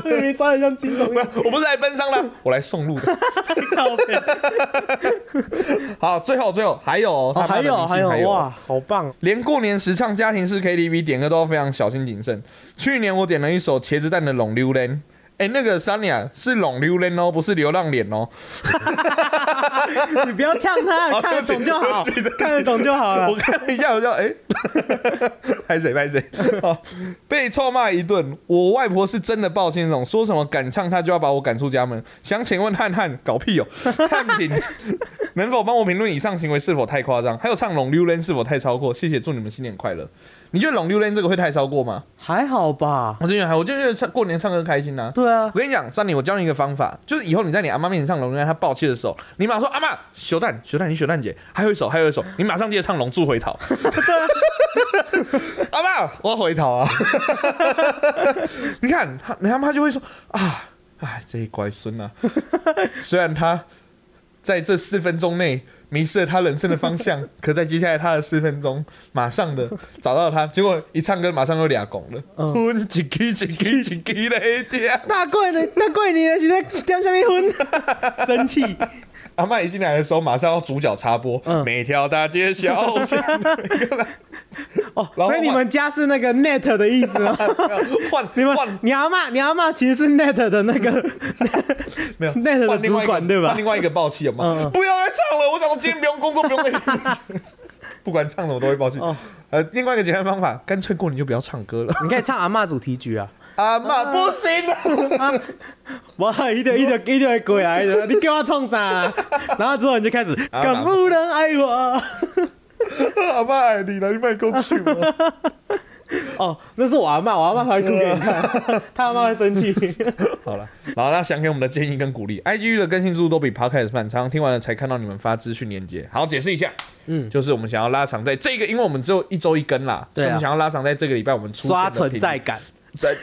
Speaker 1: 明明穿的像金童玉女，
Speaker 3: 我不是来奔丧啦，我来送路的。
Speaker 1: 靠背。
Speaker 3: 好，最后最后还有 (laughs) 哦，
Speaker 1: 哦，
Speaker 3: 他妈
Speaker 1: 还
Speaker 3: 的
Speaker 1: 有
Speaker 3: 迷信
Speaker 1: 还
Speaker 3: 还
Speaker 1: 有
Speaker 3: 有
Speaker 1: 哇，好棒！
Speaker 3: 连过年时唱家庭式 KTV 点歌都要非常小心谨慎。去年我点了一首茄子蛋的《拢溜人》，哎，那个 Sunny 啊，是《拢溜人》哦，不是流浪脸哦。
Speaker 1: 你不要呛
Speaker 3: (laughs)
Speaker 1: 他，看得懂就好
Speaker 3: 啊对不起对不，起
Speaker 1: 看得懂就好
Speaker 3: 我
Speaker 1: 了。
Speaker 3: 看了一下，我就哎， (laughs) 拍谁拍谁，哦被臭骂一顿。我外婆是真的抱歉那种，说什么敢唱她就要把我赶出家门。想请问汉汉搞 (laughs) 屁哦，汉平能否帮我评论以上行为是否太夸张？还有唱《龙溜人》是否太超过？谢谢，祝你们新年快乐。你觉得《龙溜人》这个会太超过吗？
Speaker 1: 还好吧？
Speaker 3: 我真觉得还，我就觉得唱过年唱歌开心呐、啊。
Speaker 1: 对啊
Speaker 3: 我，跟你讲，三妮，我教你一个方法，就是以后你在你阿妈面前唱《龙珠》，她爆气的时候，你马上说：“阿妈，熊蛋，熊蛋，你熊蛋姐，还有一首，还有一首，你马上接着唱《龙珠回逃》。阿妈，我要回逃啊！你看他，你阿妈就会说：“啊，哎，这一乖孙啊，虽然他在这四分钟内。”迷失了他人生的方向，可在接下来他的四分钟，马上的找到他，结果一唱歌马上就俩拱了， (laughs)
Speaker 1: 嗯
Speaker 3: 昏一起一起一起嘞，天！
Speaker 1: 大过年，大过年的是在点什么婚？ (laughs) 生气。
Speaker 3: 阿妈一进来的时候，马上要主角插播，
Speaker 1: 嗯
Speaker 3: 每条大街小巷，
Speaker 1: 哦，
Speaker 3: 然后
Speaker 1: 所以你
Speaker 3: 换
Speaker 1: 们家是那个 net 的意思 (laughs) 吗？
Speaker 3: 换
Speaker 1: 你们
Speaker 3: 换
Speaker 1: 你阿妈你阿妈其实是 net 的那个
Speaker 3: 没有
Speaker 1: net 的
Speaker 3: 换另
Speaker 1: 主
Speaker 3: 外一个
Speaker 1: 管对吧
Speaker 3: 换？另外一个暴气有吗
Speaker 1: 嗯？嗯
Speaker 3: 不要再唱了，我想我今天不用工作，不用再
Speaker 1: (laughs)
Speaker 3: 不管唱什么都会暴气
Speaker 1: 哦。
Speaker 3: 呃，另外一个简单方法，干脆过年就不要唱歌了。
Speaker 1: (laughs) 你可以唱阿妈主题曲啊！
Speaker 3: 阿妈不行的，
Speaker 1: 啊，哇，一堆一堆一堆鬼来的，你给我冲啥？啊 (laughs) 然后之后你就开始，
Speaker 3: 啊
Speaker 1: 敢不能爱我？
Speaker 3: 阿妈爱你了，你卖够去吗？
Speaker 1: 哦，那是我阿妈，我阿妈还会哭给你看， (laughs) 他阿妈会生气。
Speaker 3: (laughs) 好了，好，那想给我们的建议跟鼓励，IG 的更新速度都比 Podcast 慢，常常听完了才看到你们发资讯连接。好，解释一下，嗯，
Speaker 1: 嗯
Speaker 3: 就是我们想要拉长在这个，因为我们只有一周一更啦，
Speaker 1: 对啊
Speaker 3: 所以我们想要拉长在这个礼拜我们出
Speaker 1: 刷
Speaker 3: 现的
Speaker 1: 存
Speaker 3: 频
Speaker 1: 在感，
Speaker 3: 在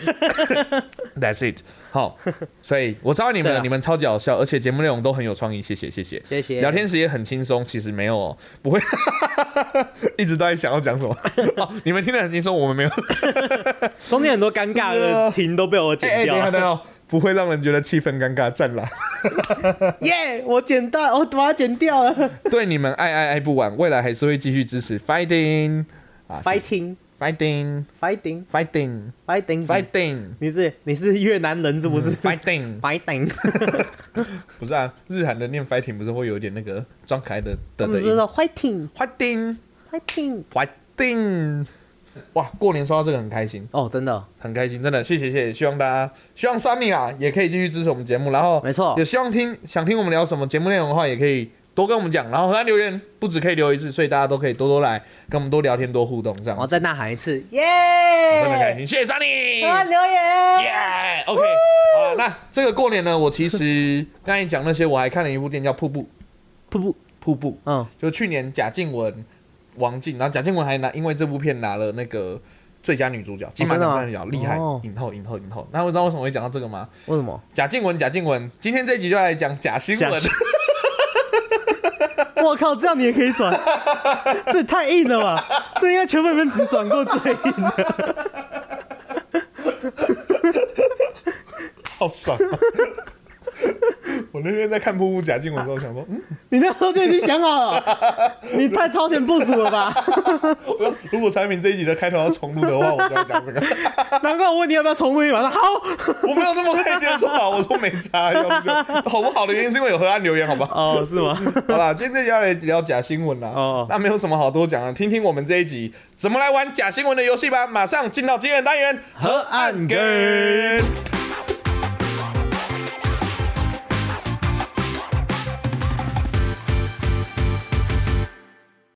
Speaker 3: ，That's it。好，所以我知道你们
Speaker 1: 对
Speaker 3: 了，
Speaker 1: 啊
Speaker 3: 你们超级好笑，而且节目内容都很有创意，谢谢谢谢
Speaker 1: 谢谢
Speaker 3: 聊天时也很轻松，其实没有哦不会， (laughs) 一直都在想要讲什么。哦，你们听得很轻松，我们没有。
Speaker 1: 中间很多尴尬的停都被我
Speaker 3: 哎哎，
Speaker 1: 剪
Speaker 3: 等一
Speaker 1: 掉
Speaker 3: 下等一
Speaker 1: 了。
Speaker 3: 下， (laughs) 不会让人觉得气氛尴尬，赞啦。
Speaker 1: (laughs) 耶，我剪到，我把它剪掉了。
Speaker 3: 对你们爱爱爱不完，未来还是会继续支持 fighting 啊
Speaker 1: Fighting,
Speaker 3: fighting
Speaker 1: fighting,
Speaker 3: fighting
Speaker 1: fighting,
Speaker 3: fighting
Speaker 1: 你是你是越南人是不
Speaker 3: 嗯
Speaker 1: 是？(laughs)
Speaker 3: fighting，
Speaker 1: fighting。
Speaker 3: 不是啊，日韩的念 fighting 不是会有一点那个张开的
Speaker 1: 他
Speaker 3: 的的
Speaker 1: 们 (laughs)
Speaker 3: 音
Speaker 1: 就说 fighting
Speaker 3: fighting
Speaker 1: fighting，
Speaker 3: fighting 哇，过年收到这个很开心，
Speaker 1: 哦，真的，
Speaker 3: 很开心，真的，谢谢谢谢，希望大家，希望 Sunny 啊也可以继续支持我们节目，然后
Speaker 1: 没错
Speaker 3: 有，希望听想听我们聊什么节目内容的话，也可以多跟我们讲，然后他留言不只可以留一次，所以大家都可以多多来跟我们多聊天多互动，这
Speaker 1: 我要
Speaker 3: 样
Speaker 1: 再呐喊一次，耶！
Speaker 3: 真的很开心，谢谢 Sunny，
Speaker 1: 啊，留言，
Speaker 3: 耶，OK，好了，那这个过年呢，我其实刚才讲那些，我还看了一部电影叫《瀑布》，
Speaker 1: 瀑布，
Speaker 3: 瀑布
Speaker 1: 嗯，
Speaker 3: 就去年贾静雯、王静，然后贾静雯还拿因为这部片拿了那个最佳女主角，金马奖
Speaker 1: 哦真的
Speaker 3: 最
Speaker 1: 吗
Speaker 3: 佳女主角，厉害
Speaker 1: 哦，
Speaker 3: 影后影后影后。那我知道为什么会讲到这个吗？
Speaker 1: 为什么？
Speaker 3: 贾静雯，贾静雯，今天这一集就来讲假新闻，
Speaker 1: 假我靠，这样你也可以
Speaker 3: (laughs)
Speaker 1: 转，这也太硬了吧？这应该全部里面只转过最硬的。
Speaker 3: 好爽
Speaker 1: (laughs)
Speaker 3: 啊。我那天在看瀑布贾静雯的时候，想说，嗯，
Speaker 1: 你那时候就已经想好了，你太超前部署了
Speaker 3: (laughs)
Speaker 1: 吧？
Speaker 3: 我要如果产品这一集的开头要重录的话，我就要讲这个。
Speaker 1: 难怪我问你要不要重温一晚上。好，
Speaker 3: 我没有那么开心的说法，啊 (laughs) 我说没差，要不就好不好的原因是因为有河岸留言，好不好？
Speaker 1: 哦，是 (laughs) 吗？
Speaker 3: 好啦，今天这集要来聊假新闻啦。
Speaker 1: 哦
Speaker 3: 那没有什么好多讲的，听听我们这一集怎么来玩假新闻的游戏吧。马上进到今天的单元，
Speaker 1: 河岸
Speaker 3: 跟。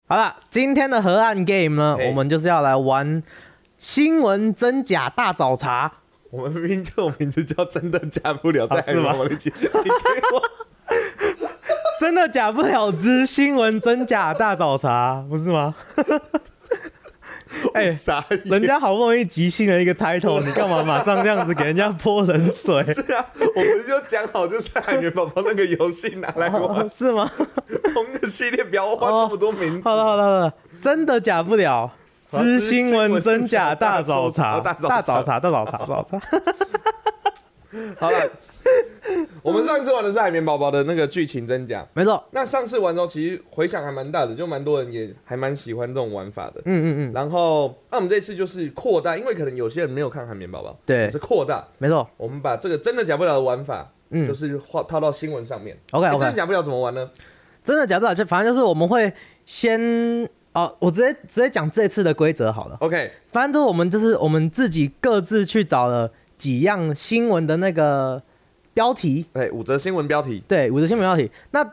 Speaker 1: 好了，今天的河岸 game 呢，
Speaker 3: 嘿
Speaker 1: 我们就是要来玩新闻真假大找茬。
Speaker 3: 我们明明就名字叫真的假
Speaker 1: (laughs)
Speaker 3: 不了，再
Speaker 1: 啊是吗
Speaker 3: 玩我的集， (laughs) 你给我。
Speaker 1: 真的假不了之，新闻真假大找茬， (laughs) 不是吗？ (laughs) 哎、
Speaker 3: 傻眼啊
Speaker 1: 人家好不容易即兴了一个 (laughs) title，你干嘛马上这样子给人家泼冷 (laughs) 水？
Speaker 3: 是啊，我们就讲好就是海绵宝宝那个游戏拿来玩
Speaker 1: 哦，是吗？
Speaker 3: 同一个系列，不要换那么多名字。
Speaker 1: 好了好了好了，真的假不了。知新闻真假大找茬，大
Speaker 3: 大找
Speaker 1: 找茬，
Speaker 3: 茬
Speaker 1: 大找茬，大 (laughs) 找茬。
Speaker 3: 好了，我们上一次玩的是海绵宝宝的那个剧情真假。
Speaker 1: 没错，
Speaker 3: 那上次玩之后，其实回响还蛮大的，就蛮多人也还蛮喜欢这种玩法的。
Speaker 1: 嗯嗯嗯，
Speaker 3: 然后，那我们这次就是扩大，因为可能有些人没有看海绵宝宝，
Speaker 1: 对
Speaker 3: 我们是扩大。
Speaker 1: 没错，
Speaker 3: 我们把这个真的假不了的玩法，
Speaker 1: 嗯
Speaker 3: 就是画套到新闻上面。
Speaker 1: ，OK
Speaker 3: 诶
Speaker 1: OK，
Speaker 3: 真的假不了怎么玩呢？
Speaker 1: 真的假不了，就反正就是我们会先哦，我直接直接讲这次的规则好了。
Speaker 3: OK，
Speaker 1: 反正就是我们就是我们自己各自去找了几样新闻的那个标题，
Speaker 3: 哎，五则新闻标题，
Speaker 1: 对，五则新闻标题。那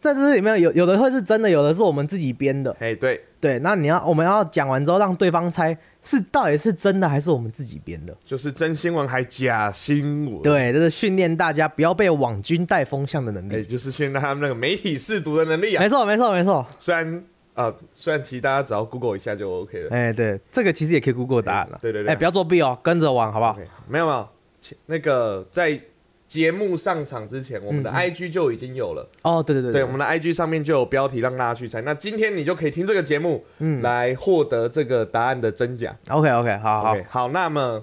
Speaker 1: 在这里面有有的会是真的，有的是我们自己编的，
Speaker 3: 哎，对，
Speaker 1: 对。那你要我们要讲完之后，让对方猜是到底是真的还是我们自己编的。
Speaker 3: 就是真新闻还假新闻，，
Speaker 1: 对，这是训练大家不要被网军带风向的能
Speaker 3: 哎，
Speaker 1: 力。
Speaker 3: 就是训练他们那个媒体试读的能力啊
Speaker 1: 没。错，没错，没错。
Speaker 3: 虽然啊，虽然其实大家只要 Google 一下就 OK 了。
Speaker 1: 哎、对，这个其实也可以 Google 答案了。
Speaker 3: 对对对
Speaker 1: 哎、不要作弊哦，跟着玩好不好？
Speaker 3: OK，没有没有，前那个在节目上场之前，我们的
Speaker 1: 嗯
Speaker 3: IG 就已经有了，
Speaker 1: 哦，对对对
Speaker 3: 对，我们的 IG 上面就有标题让大家去猜。那今天你就可以听这个节目，
Speaker 1: 嗯
Speaker 3: 来获得这个答案的真假。
Speaker 1: OK OK，好好，
Speaker 3: OK，好，那么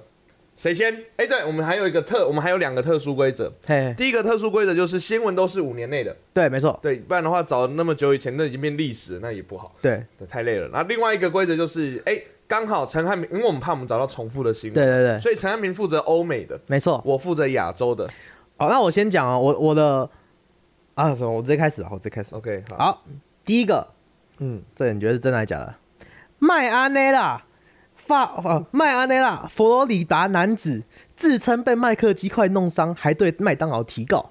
Speaker 3: 谁先？哎、对，我们还有一个特，我们还有两个特殊规则。
Speaker 1: 嘿，
Speaker 3: 第一个特殊规则就是新闻都是五年内的，
Speaker 1: 对，没错，
Speaker 3: 对，不然的话找那么久以前那已经变历史了，那也不好，
Speaker 1: 对，
Speaker 3: 对太累了。然后另外一个规则就是，哎、刚好陈汉明，因为我们怕我们找到重复的新闻，
Speaker 1: 对对对，
Speaker 3: 所以陈汉明负责欧美的，
Speaker 1: 没错。
Speaker 3: 我负责亚洲的。
Speaker 1: 好，那我先讲啊，我我的啊什么，我直接开始啊，我直接开始。
Speaker 3: OK，好，
Speaker 1: 好，第一个，
Speaker 3: 嗯，
Speaker 1: 这你觉得是真的还是假的？麦安内拉，法呃麦安内拉，佛罗里达男子自称被麦克鸡块弄伤，还对麦当劳提告。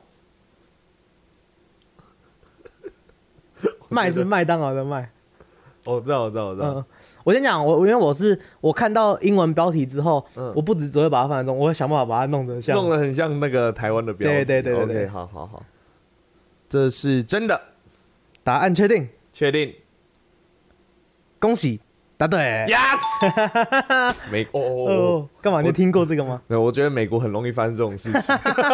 Speaker 1: 麦是麦当劳的麦，
Speaker 3: 我知道，我知道，我知道。
Speaker 1: 嗯，我先讲，我因为我是我看到英文标题之后，
Speaker 3: 嗯
Speaker 1: 我不只只会把它放在中，我会想办法把它弄得像
Speaker 3: 弄得很像那个台湾的标题。
Speaker 1: 对对对对对
Speaker 3: OK，好好好，这是真的，
Speaker 1: 答案确定，
Speaker 3: 确定。
Speaker 1: 恭喜答对。
Speaker 3: Yes，美
Speaker 1: (laughs)
Speaker 3: 哦哦哦
Speaker 1: 哦，干嘛？你有听过这个
Speaker 3: (laughs)
Speaker 1: 吗？
Speaker 3: 没有，我觉得美国很容易发生这种事情，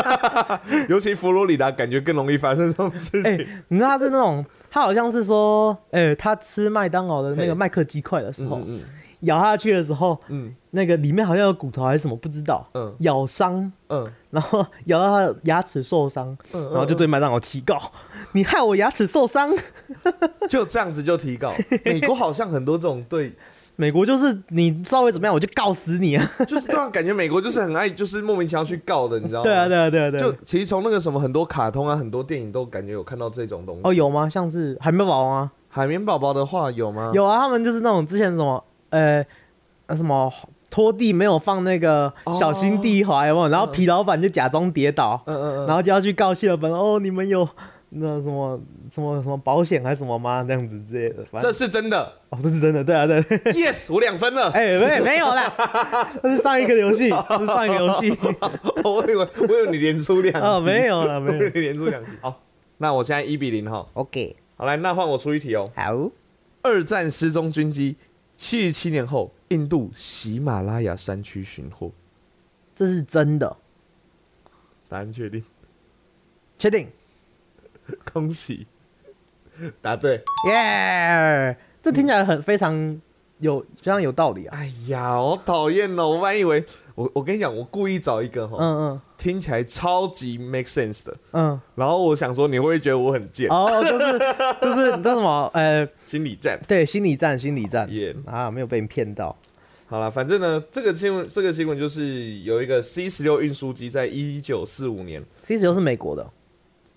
Speaker 1: (laughs)
Speaker 3: 尤其佛罗里达感觉更容易发生这种事
Speaker 1: 哎、
Speaker 3: 情。
Speaker 1: 你知道他是那种，他好像是说，哎、他吃麦当劳的那
Speaker 3: 嘿
Speaker 1: 个麦克鸡块的时候，
Speaker 3: 嗯
Speaker 1: 咬下去的时候，
Speaker 3: 嗯
Speaker 1: 那个里面好像有骨头还是什么，不知道，
Speaker 3: 嗯
Speaker 1: 咬伤，
Speaker 3: 嗯
Speaker 1: 然后咬到他的牙齿受伤，
Speaker 3: 嗯，
Speaker 1: 然后就对麦当劳提告，你害我牙齿受伤。
Speaker 3: 就这样子就提高。美国好像很多这种对，
Speaker 1: 美国就是你稍微怎么样，我就告死你啊！
Speaker 3: 就是对啊，感觉美国就是很爱，就是莫名其妙去告的，你知道吗？
Speaker 1: (laughs) 对啊，对啊，对啊，对
Speaker 3: 哦就
Speaker 1: 啊。
Speaker 3: 其实从那个什么很多卡通啊，很多电影都感觉有看到这种东西。
Speaker 1: 哦，有啊吗？像是海绵宝宝吗？
Speaker 3: 海绵宝宝的话有吗？
Speaker 1: 有啊，他们就是那种之前什么，呃，那什么拖地没有放那个
Speaker 3: 哦
Speaker 1: 小心地滑，有没有？然后皮老板就假装跌倒，
Speaker 3: 嗯嗯嗯，
Speaker 1: 然后就要去告谢尔本哦，你们有那什么什么什么保险还是什么吗？这样子之类的，反
Speaker 3: 这
Speaker 1: 正
Speaker 3: 是
Speaker 1: (laughs)
Speaker 3: 真的
Speaker 1: 哦，这是真的，对啊，对。
Speaker 3: ，yes，我两分了。
Speaker 1: 哎、没没有啦，这是上一个游戏，这是上一个游
Speaker 3: (laughs)
Speaker 1: 戏，
Speaker 3: (laughs) 我以为我以为你连输两题
Speaker 1: 哦，没有啦，
Speaker 3: 我 (laughs)
Speaker 1: 没
Speaker 3: 以为
Speaker 1: 有。
Speaker 3: 你连输两题。好，那我现在一比零哈。
Speaker 1: OK，
Speaker 3: 好来，那换我出一题哦。
Speaker 1: 好，
Speaker 3: 二战失踪军机，七十七年后，印度喜马拉雅山区寻获。
Speaker 1: 这是真的，
Speaker 3: 答案确定，
Speaker 1: 确定，
Speaker 3: 恭喜，答对。
Speaker 1: 耶、这听起来很非常有非常有道理啊。
Speaker 3: 哎呀，好讨厌哦！我本来以为我我跟你讲，我故意找一个哈、
Speaker 1: 嗯
Speaker 3: 听起来超级 make sense 的，
Speaker 1: 嗯嗯，
Speaker 3: 然后我想说你会不会觉得我很贱，
Speaker 1: 哦，就是就是你知道什么？呃，
Speaker 3: 心理战。
Speaker 1: 对，心理战，心理战
Speaker 3: 耶、
Speaker 1: 啊，没有被你骗到。
Speaker 3: 好了，反正呢，这个新闻，这个新闻就是有一个 C 十六运输机在一九四五年
Speaker 1: C 十六是美国的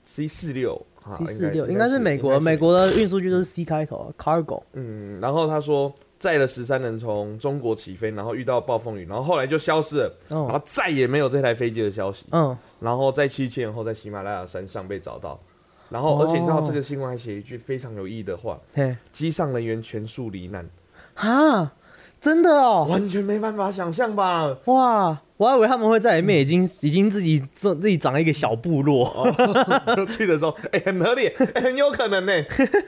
Speaker 3: C 四六
Speaker 1: ，C 四六应该是美国的，美，
Speaker 3: 啊
Speaker 1: 国的运输局就是 C 开头，cargo。
Speaker 3: 嗯，然后他说载了十三人从中国起飞，然后遇到暴风雨，然后后来就消失了，然后
Speaker 1: 哦，
Speaker 3: 再也没有这台飞机的消息。
Speaker 1: 嗯，
Speaker 3: 然后在七千年后在喜马拉雅山上被找到。然后，而且你知道
Speaker 1: 哦
Speaker 3: 这个新闻还写一句非常有意义的话：
Speaker 1: 嘿，
Speaker 3: 机上人员全数罹难，
Speaker 1: 哈，真的哦，
Speaker 3: 完全没办法想象吧？
Speaker 1: 哇，我还以为他们会在里面已经、已经自己自自己长了一个小部落。
Speaker 3: (laughs) 去的时候，哎、很合理、哎很有可能 (laughs) 呢、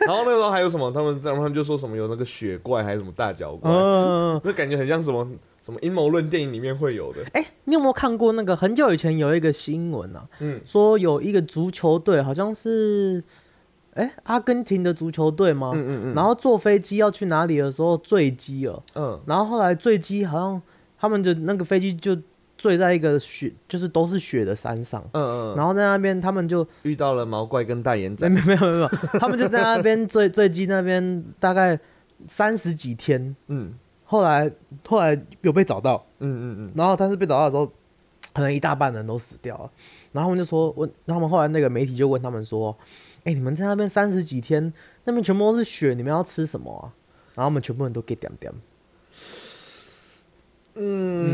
Speaker 3: 然后那时候还有什么，他们他们就说什么有那个雪怪还是什么大脚怪，
Speaker 1: 嗯，
Speaker 3: 那感觉很像什么什么阴谋论电影里面会有的。
Speaker 1: 哎、你有没有看过那个很久以前有一个新闻啊？
Speaker 3: 嗯
Speaker 1: 说有一个足球队，好像是哎、阿根廷的足球队吗？
Speaker 3: 嗯嗯嗯
Speaker 1: 然后坐飞机要去哪里的时候坠机了，
Speaker 3: 嗯，
Speaker 1: 然后后来坠机好像他们就那个飞机就坠在一个雪，就是都是雪的山上。
Speaker 3: 嗯嗯，
Speaker 1: 然后在那边，他们就
Speaker 3: 遇到了毛怪跟大眼
Speaker 1: 没
Speaker 3: 仔，
Speaker 1: 没没有没有没有，他们就在那边坠坠机那边大概三十几天，
Speaker 3: 嗯
Speaker 1: 后来后来有被找到，
Speaker 3: 嗯嗯
Speaker 1: 然后但是被找到的时候，可能一大半人都死掉了。然后他们就说问，然后他们后来那个媒体就问他们说：“哎、你们在那边三十几天，那边全部都是雪，你们要吃什么啊？”然后他们全部人都给点点，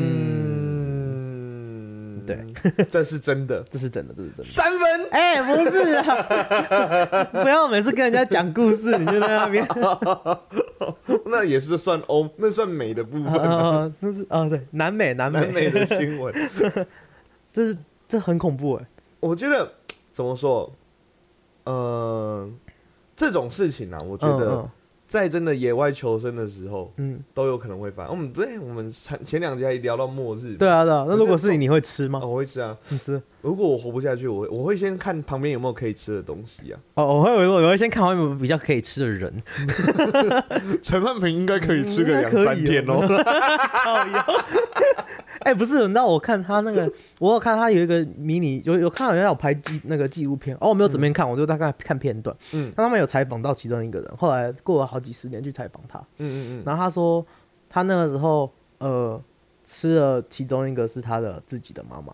Speaker 3: 嗯嗯，对，这是真的，
Speaker 1: 这是真的，这是真的。
Speaker 3: 三分。
Speaker 1: 哎、不是啊， (laughs) 不要每次跟人家讲故事，你就在那
Speaker 3: (laughs)
Speaker 1: 边，哦
Speaker 3: 那也是算欧，那算美的部分、啊，
Speaker 1: 呃，那是哦，对，南美，南美，
Speaker 3: 南美的新闻。
Speaker 1: 这是这很恐怖哎、
Speaker 3: 我觉得怎么说，呃，这种事情啊，我觉得
Speaker 1: 嗯
Speaker 3: 在真的野外求生的时候，
Speaker 1: 嗯
Speaker 3: 都有可能会发。我们不对，我们前前两集还聊到末日，
Speaker 1: 嗯，对
Speaker 3: 啊、
Speaker 1: 啊对啊。那如果是你，你会吃
Speaker 3: (laughs)
Speaker 1: 吗？
Speaker 3: 我会吃啊。
Speaker 1: 你吃？
Speaker 3: 如果我活不下去，我会我会先看旁边有没有可以吃的东西啊。
Speaker 1: 哦，我会我我会先看好有没有比较可以吃的人。
Speaker 3: 陈汉平应该可以吃个
Speaker 1: 嗯
Speaker 3: 两
Speaker 1: 应该可以
Speaker 3: 三天哦。 (laughs)
Speaker 1: 哎、不是，你知道我看他那个，我有看他有一个迷你，有有看到人家有拍纪那个纪录片，哦，我没有整片看，我就大概看片段。
Speaker 3: 嗯
Speaker 1: 那他们有采访到其中一个人，后来过了好几十年去采访他，
Speaker 3: 嗯嗯嗯，
Speaker 1: 然后他说他那个时候呃吃了其中一个是他的自己的妈妈，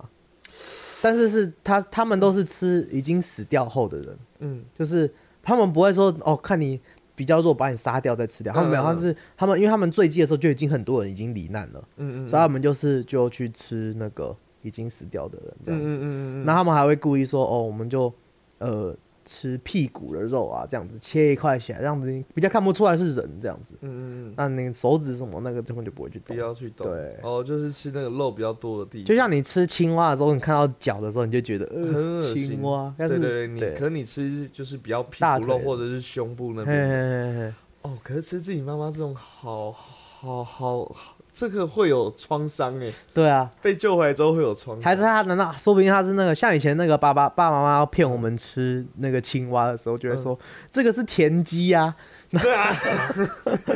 Speaker 1: 但是是他他们都是吃已经死掉后的人，
Speaker 3: 嗯
Speaker 1: 就是他们不会说哦看你。比较弱，把你杀掉再吃掉。他们没有，
Speaker 3: 嗯嗯
Speaker 1: 他们是他们，因为他们坠机的时候就已经很多人已经罹难了，
Speaker 3: 嗯嗯嗯
Speaker 1: 所以他们就是就去吃那个已经死掉的人这样子。
Speaker 3: 嗯嗯嗯
Speaker 1: 那他们还会故意说哦，我们就呃吃屁股的肉啊，这样子切一块起来，这样子你比较看不出来是人这样子。
Speaker 3: 嗯嗯嗯，
Speaker 1: 那你手指什么那个他们就不会去
Speaker 3: 不
Speaker 1: 动。
Speaker 3: 要去动。
Speaker 1: 对
Speaker 3: 哦，就是吃那个肉比较多的地方。
Speaker 1: 就像你吃青蛙的时候，你看到脚的时候，你就觉得
Speaker 3: 很
Speaker 1: 呃
Speaker 3: 恶心
Speaker 1: 青蛙，但
Speaker 3: 对
Speaker 1: 是
Speaker 3: 对对，你
Speaker 1: 对
Speaker 3: 可你吃就是比较屁
Speaker 1: 大
Speaker 3: 股肉
Speaker 1: 腿
Speaker 3: 或者是胸部那
Speaker 1: 嘿嘿
Speaker 3: 边
Speaker 1: 嘿嘿嘿
Speaker 3: 哦，可是吃自己妈妈这种好好好好，这个会有创伤哎，
Speaker 1: 对啊，
Speaker 3: 被救回来之后会有创伤，
Speaker 1: 还是他难道说不定他是那个像以前那个爸爸爸爸妈妈骗我们吃那个青蛙的时候，就会
Speaker 3: 嗯
Speaker 1: 说、这个是田鸡呀、啊，
Speaker 3: 对
Speaker 1: (laughs)
Speaker 3: 啊，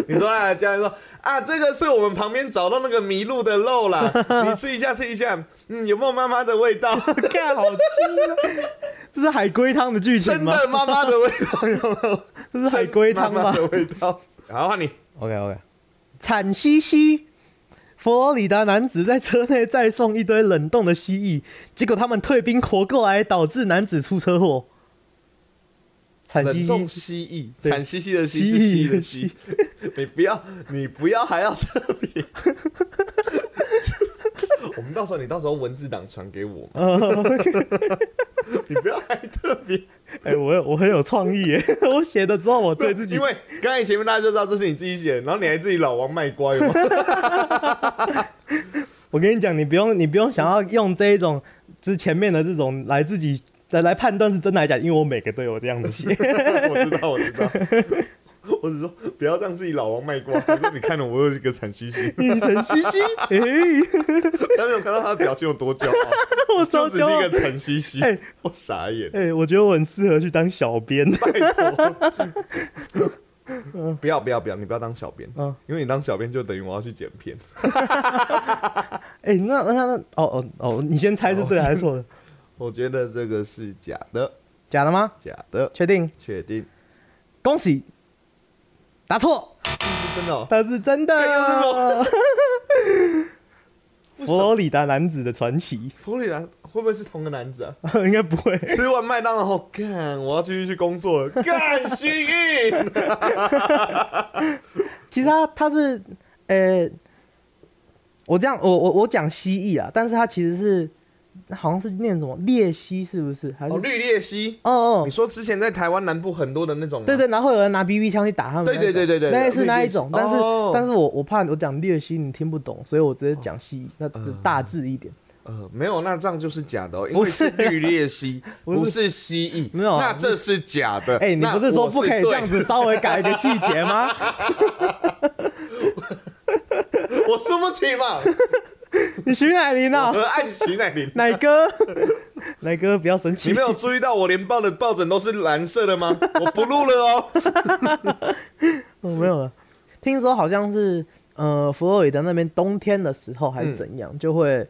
Speaker 3: 你说啊，家人说啊，这个是我们旁边找到那个麋鹿的肉
Speaker 1: (laughs)
Speaker 3: 啦，你吃一下吃一下，嗯，有没有妈妈的味
Speaker 1: (laughs)
Speaker 3: 道？
Speaker 1: 看好吃、啊，这是海龟汤的剧情
Speaker 3: 真
Speaker 1: 吗？
Speaker 3: 的妈妈的味
Speaker 1: (laughs)
Speaker 3: 道有没有？
Speaker 1: 这是海龟汤
Speaker 3: 真
Speaker 1: 吗
Speaker 3: 妈妈的味道。好，换你，
Speaker 1: ？OK OK，惨兮兮，佛罗里达男子在车内再送一堆冷冻的蜥蜴，结果他们退兵活过来，导致男子出车祸。惨兮
Speaker 3: 冷冻
Speaker 1: 兮，
Speaker 3: 蜥蜴，
Speaker 1: 对
Speaker 3: 惨兮兮的
Speaker 1: 蜥蜴
Speaker 3: (laughs) 蜥是蜥蜴的
Speaker 1: 蜥 (laughs)
Speaker 3: 蜥，你不要，你不要还要特别，我们到时候你到时候文字档传给我嘛，你不要太特别，
Speaker 1: (laughs) 哎、我有我很有创意耶， (laughs) 我写的之后我对自己
Speaker 3: 因为刚才前面大家就知道这是你自己写的，然后你还自己老王卖乖嘛，
Speaker 1: 我跟你讲，你不用，你不用想要用这一种，就是前面的这种来自己来来判断是真的还是假的，因为我每个都有这样子
Speaker 3: (laughs)
Speaker 1: 写。 (laughs)
Speaker 3: 我知道我知道， (laughs) 我只说不要让自己老王卖乖，我说你看了我又一个惨兮 (laughs) 兮，
Speaker 1: 你陈西西，哎、
Speaker 3: 大家没有看到他的表情有多骄傲，
Speaker 1: (laughs) 我
Speaker 3: 就
Speaker 1: 超
Speaker 3: 只
Speaker 1: 骄
Speaker 3: 是一
Speaker 1: 傲
Speaker 3: 个。惨兮兮
Speaker 1: 哎，
Speaker 3: (laughs) 我傻眼。
Speaker 1: 哎、我觉得我很适合去当小编。
Speaker 3: (laughs) 不要不要不要，你不要当小编，
Speaker 1: 嗯
Speaker 3: 因为你当小编就等于我要去剪片。
Speaker 1: (laughs) 哎、那那那，哦哦哦，你先猜是对的还是错的？
Speaker 3: 我觉得这个是假的，
Speaker 1: (laughs) 假的吗？
Speaker 3: 假的，
Speaker 1: 确定？
Speaker 3: 确定
Speaker 1: 恭喜，答错，
Speaker 3: 是真的、
Speaker 1: (laughs)
Speaker 3: 哦。
Speaker 1: 它是真
Speaker 3: 干又是
Speaker 1: 的
Speaker 3: 我。
Speaker 1: 佛罗里达男子的传奇， (laughs)
Speaker 3: 弗里兰会不会是同个男子啊？
Speaker 1: 应该不会。
Speaker 3: 吃完麦当劳后，干，我要继续去工作了，干心
Speaker 1: (laughs)
Speaker 3: 硬。
Speaker 1: 其实它它是，呃、我这样我我我讲蜥蜴啊，但是它其实是好像是念什么鬣蜥是不是？还是
Speaker 3: 哦，绿鬣蜥，
Speaker 1: 哦哦
Speaker 3: 你，说之前在台湾南部很多的那种吗，
Speaker 1: 对对，然后有人拿 BB 枪去打他们那种，
Speaker 3: 对对对对对
Speaker 1: 那是那一种，
Speaker 3: 绿鬣
Speaker 1: 但
Speaker 3: 蜥
Speaker 1: 是、
Speaker 3: 哦
Speaker 1: 但是我我怕我讲鬣蜥你听不懂，所以我直接讲蜥蜴，那只大致一点。
Speaker 3: 呃，没有，那这样就是假的、哦，因
Speaker 1: 不
Speaker 3: 为
Speaker 1: 是
Speaker 3: 是绿鬣
Speaker 1: (laughs)
Speaker 3: 蜥，
Speaker 1: 是
Speaker 3: 不是蜥蜴，
Speaker 1: 没有啊
Speaker 3: 那这是假的。
Speaker 1: 哎、你
Speaker 3: 那
Speaker 1: 不是说
Speaker 3: 我
Speaker 1: 不可以这
Speaker 3: 对
Speaker 1: 样子稍微改一个细节吗？
Speaker 3: (laughs) 我输不起嘛，
Speaker 1: 你徐乃麟啊
Speaker 3: 我，爱徐乃
Speaker 1: (laughs)
Speaker 3: 麟。
Speaker 1: 乃哥，乃哥不要生气
Speaker 3: 你没。有注意到我连抱的抱枕都是蓝色的
Speaker 1: (laughs)
Speaker 3: 吗？我不录了哦。
Speaker 1: 哦，没有了。听说好像是呃，佛罗里达那边冬天的时候还
Speaker 3: 嗯
Speaker 1: 是怎样，就会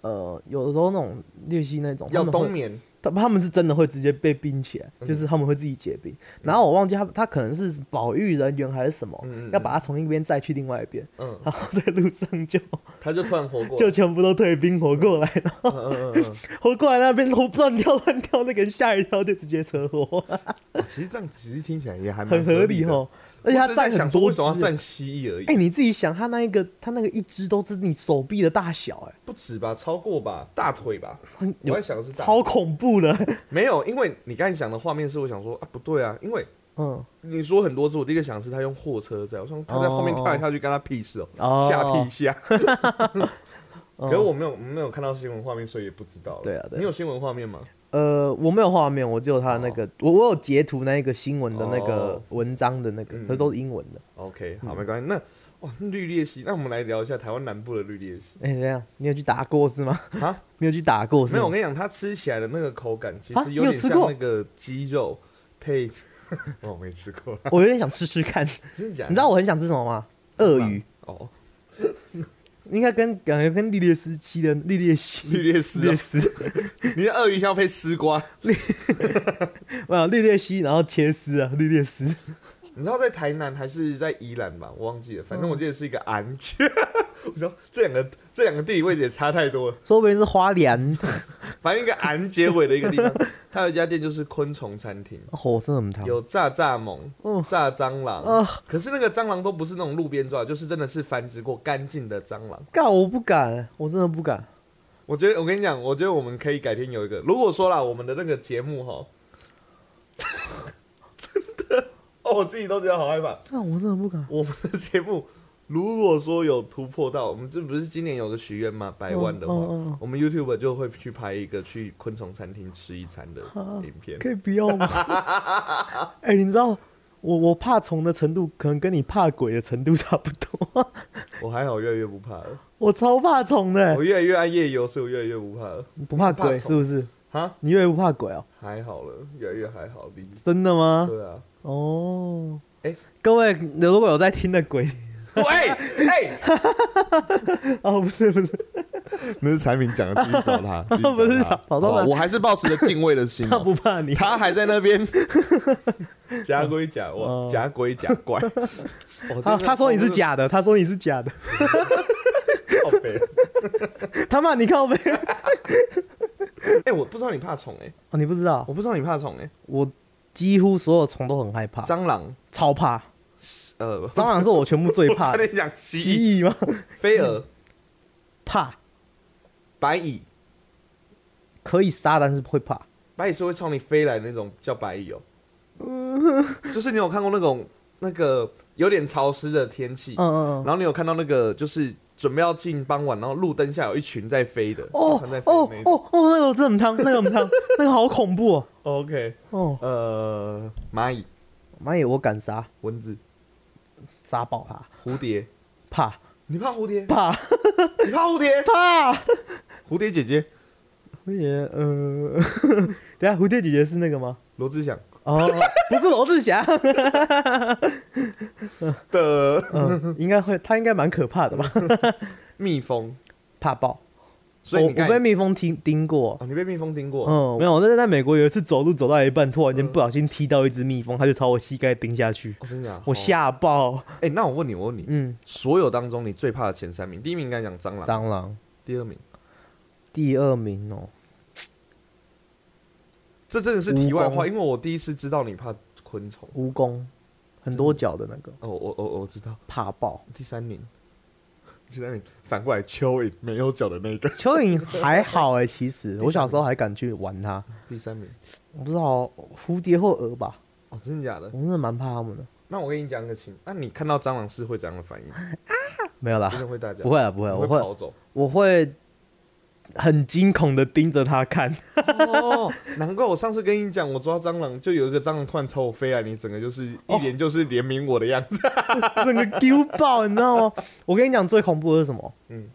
Speaker 1: 呃，有的时候那种绿蜥那种，
Speaker 3: 要
Speaker 1: 他们会
Speaker 3: 冬眠，
Speaker 1: 他他们是真的会直接被冰起
Speaker 3: 嗯
Speaker 1: 来，就是他们会自己结冰。然后我忘记他他可能是保育人员还是什么，
Speaker 3: 嗯嗯
Speaker 1: 要把它从一边载去另外一边，
Speaker 3: 嗯
Speaker 1: 然后在路上就
Speaker 3: 它就突然活过
Speaker 1: 就
Speaker 3: 来。
Speaker 1: 全部都退冰活过来，然后
Speaker 3: 嗯嗯
Speaker 1: (laughs)
Speaker 3: 嗯嗯
Speaker 1: 活过来那边乱跳乱跳，那个人吓一跳就直接车祸，
Speaker 3: 哦其实这样其实听起来也还蛮
Speaker 1: 很合理
Speaker 3: 嗯的。
Speaker 1: 哦。而且
Speaker 3: 我
Speaker 1: 他
Speaker 3: 只是
Speaker 1: 载
Speaker 3: 在
Speaker 1: 很
Speaker 3: 想说
Speaker 1: 多
Speaker 3: 为
Speaker 1: 只
Speaker 3: 什么要，站蜥蜴而已
Speaker 1: 哎、，你自己想，他那一个他那个一只都是你手臂的大小、哎。
Speaker 3: 不止吧，超过吧，大腿吧。
Speaker 1: 很
Speaker 3: 我
Speaker 1: 有
Speaker 3: 在想的是大腿
Speaker 1: 超恐怖的，
Speaker 3: 没有，因为你刚才讲的画面是我想说啊，不对啊，因为
Speaker 1: 嗯，
Speaker 3: 你说很多次，我第一个想的是他用货车载，我想他在后面跳来跳去，干他屁事
Speaker 1: 哦
Speaker 3: 哦，吓屁
Speaker 1: (laughs)
Speaker 3: 吓。
Speaker 1: 哦
Speaker 3: 可是我没有没有看到新闻画面，所以也不知道了。
Speaker 1: 对啊对啊
Speaker 3: 你有新闻画面吗？
Speaker 1: 呃，我没有画面，我只有他那个，我我有截图那一个新闻的那个
Speaker 3: 哦
Speaker 1: 文章的那个，
Speaker 3: 嗯
Speaker 1: 可是都是英文的。
Speaker 3: OK，好，
Speaker 1: 嗯
Speaker 3: 没关系。那哇，那绿鬣蜥，那我们来聊一下台湾南部的绿鬣蜥
Speaker 1: 哎，这样你有去打过是吗？ (laughs)
Speaker 3: 啊。
Speaker 1: 你有去打过是
Speaker 3: 没有，我
Speaker 1: 吗？
Speaker 3: 跟你讲，它吃起来的那个口感其
Speaker 1: 啊
Speaker 3: 实有
Speaker 1: 你有
Speaker 3: 点
Speaker 1: 吃
Speaker 3: 像
Speaker 1: 过
Speaker 3: 那个鸡肉配， (laughs) 哦，我没吃过，
Speaker 1: 我有点想吃吃
Speaker 3: (laughs)
Speaker 1: 看，你
Speaker 3: 真的假的？
Speaker 1: 知道我很想吃什么吗？鳄鱼，
Speaker 3: 哦，
Speaker 1: 应该跟感觉跟利列斯七的利列西
Speaker 3: 绿鬣蜥
Speaker 1: 列
Speaker 3: 哦，
Speaker 1: 斯， (laughs)
Speaker 3: 你的鳄鱼要配丝瓜。
Speaker 1: 我想利列西，然后切丝啊，利列斯，
Speaker 3: 你知道在台南还是在宜兰吧？我忘记了，反正我记得是一个安街。 (laughs) 我说这两个这两个地理位置也差太多了，
Speaker 1: 说不定是花莲。 (laughs)
Speaker 3: 反正一个安结尾的一个地方，它有一家店就是昆虫餐厅，
Speaker 1: 哦，真的很烫。
Speaker 3: 有炸蚱蜢、
Speaker 1: 哦
Speaker 3: 炸蟑螂
Speaker 1: 哦，
Speaker 3: 可是那个蟑螂都不是那种路边抓，就是真的是繁殖过干净的蟑螂。
Speaker 1: 干，我不敢，我真的不敢。
Speaker 3: 我觉得我跟你讲，我觉得我们可以改天有一个，如果说啦，我们的那个节目哈， (laughs) 真的哦，我自己都觉得好害怕。
Speaker 1: 干，我真的不敢。
Speaker 3: 啊我们的节目如果说有突破到，我们这不是今年有个许愿吗？百万的话，
Speaker 1: 嗯嗯嗯
Speaker 3: 我们 YouTube 就会去拍一个去昆虫餐厅吃一餐的影
Speaker 1: (laughs)
Speaker 3: 片。
Speaker 1: 可以不要
Speaker 3: (laughs)
Speaker 1: 吗？哎、你知道我我怕虫的程度，可能跟你怕鬼的程度差不多。 (laughs)
Speaker 3: 我还好，越来越不怕了。
Speaker 1: 我超怕虫的、
Speaker 3: 我越来越爱夜游，所以我越来越不怕了。
Speaker 1: 你不怕鬼
Speaker 3: 怕
Speaker 1: 是
Speaker 3: 虫
Speaker 1: 不是？
Speaker 3: 哈，
Speaker 1: 你以为不怕鬼哦、
Speaker 3: 还好了，越来越还好。比
Speaker 1: 真的吗？
Speaker 3: 对啊， (laughs)
Speaker 1: 哦，
Speaker 3: 哎
Speaker 1: 各位如果有在听的鬼， (laughs)
Speaker 3: 喂哎，
Speaker 1: 哦，不是不是，
Speaker 3: 那是产品讲啊的，继续找
Speaker 1: (laughs)
Speaker 3: 他，继续
Speaker 1: 不是
Speaker 3: 找
Speaker 1: 找
Speaker 3: 他
Speaker 1: 找到
Speaker 3: 好吧
Speaker 1: 他
Speaker 3: 哦我还是保持着敬畏的心
Speaker 1: 他
Speaker 3: 哦、
Speaker 1: 不怕你。
Speaker 3: (laughs) 他还在
Speaker 1: (laughs)
Speaker 3: 那边假鬼假
Speaker 1: 哦
Speaker 3: 我，假鬼假
Speaker 1: (laughs)
Speaker 3: 怪。哦
Speaker 1: 他他说你是，假的，他说你是假的， (laughs)
Speaker 3: 真的靠北
Speaker 1: 他骂你靠背。 (laughs)
Speaker 3: 哎、我不知道你怕虫哎、
Speaker 1: 哦，你不知道
Speaker 3: 我，不知道你怕虫哎、
Speaker 1: 我几乎所有虫都很害怕，
Speaker 3: 蟑螂，
Speaker 1: 超怕。
Speaker 3: 呃，
Speaker 1: 蟑螂是我全部最
Speaker 3: 我
Speaker 1: 怕
Speaker 3: 差
Speaker 1: 的。嗯
Speaker 3: 点讲蜥蜴、
Speaker 1: 蜥蜴吗？
Speaker 3: 飞蛾、
Speaker 1: 怕，
Speaker 3: 白蚁，
Speaker 1: 可以杀，但是会怕。
Speaker 3: 白蚁是会朝你飞来的那种，叫白蚁哦。
Speaker 1: 嗯
Speaker 3: (laughs) 就是你有看过那种那个有点潮湿的天气，
Speaker 1: 嗯嗯
Speaker 3: 然
Speaker 1: 嗯。
Speaker 3: 后你有看到那个就是准备要近傍晚，然后路灯下有一群在飞的，
Speaker 1: 哦
Speaker 3: 团在飞
Speaker 1: 哦
Speaker 3: 的那种。
Speaker 1: 哦哦，那个我真的很烫，那个很烫，那个好恐怖哦。
Speaker 3: OK，
Speaker 1: 哦，
Speaker 3: 呃，蚂蚁、
Speaker 1: 妈耶，我敢杀，
Speaker 3: 蚊子、
Speaker 1: 杀爆他，
Speaker 3: 蝴蝶，
Speaker 1: 怕
Speaker 3: 你怕蝴蝶？
Speaker 1: 怕
Speaker 3: 你怕蝴
Speaker 1: (laughs)
Speaker 3: 蝶？
Speaker 1: 怕。
Speaker 3: 蝴蝶姐姐，
Speaker 1: 蝴蝶，呃， (laughs) 等一下蝴蝶姐姐是那个吗？
Speaker 3: 罗志祥
Speaker 1: 哦，不是罗志祥，
Speaker 3: 的
Speaker 1: 嗯，应该会，他应该蛮可怕的吧？
Speaker 3: 蜜蜂，
Speaker 1: 怕爆。
Speaker 3: 所
Speaker 1: 我
Speaker 3: 以
Speaker 1: 哦我
Speaker 3: 你看
Speaker 1: 被蜜蜂叮叮过，
Speaker 3: 哦，你被蜜蜂叮过，
Speaker 1: 嗯，没有，我那是在美国有一次走路走到一半，突然
Speaker 3: 嗯
Speaker 1: 间不小心踢到一只蜜蜂，它就朝我膝盖叮下去，
Speaker 3: 我真的啊，
Speaker 1: 我
Speaker 3: 吓。
Speaker 1: 吓爆。
Speaker 3: 哎，那我问你，我问你，
Speaker 1: 嗯，
Speaker 3: 所有当中你最怕的前三名，第一名应该讲蟑螂，
Speaker 1: 蟑螂
Speaker 3: 第二名，
Speaker 1: 第二名哦，
Speaker 3: 这真的是题外
Speaker 1: 蜈
Speaker 3: 话，
Speaker 1: 蚣
Speaker 3: 因为我第一次知道你怕昆虫。
Speaker 1: 蜈蚣，很多脚的那个，
Speaker 3: 哦，我我我知道，
Speaker 1: 怕爆。
Speaker 3: 第三名， (laughs) 第三名，反过来蚯蚓没有脚的那个，
Speaker 1: 蚯蚓还好哎、其
Speaker 3: (laughs)
Speaker 1: 实
Speaker 3: 名
Speaker 1: 我小时候还敢去玩它，
Speaker 3: 第三名。
Speaker 1: 我不知道蝴蝶或蛾吧，
Speaker 3: 哦，真的假的
Speaker 1: 我？真的蛮怕它们的。
Speaker 3: 那我跟你讲个情，那你看到蟑螂是会怎样的反应？
Speaker 1: 没有啦
Speaker 3: 真，的会大家
Speaker 1: 啊不会啊，不会啊，
Speaker 3: 你
Speaker 1: 我
Speaker 3: 会
Speaker 1: 会
Speaker 3: 跑走。
Speaker 1: 我会很惊恐的盯着它看。 (laughs)
Speaker 3: 哦，难怪我上次跟你讲，我抓蟑螂就有一个蟑螂突然朝我飞来，你整个就是一
Speaker 1: 哦
Speaker 3: 脸就是怜悯我的样子。
Speaker 1: 整个丢爆，你知道吗？我跟你讲，最恐怖的是什么？
Speaker 3: 嗯
Speaker 1: 嗯，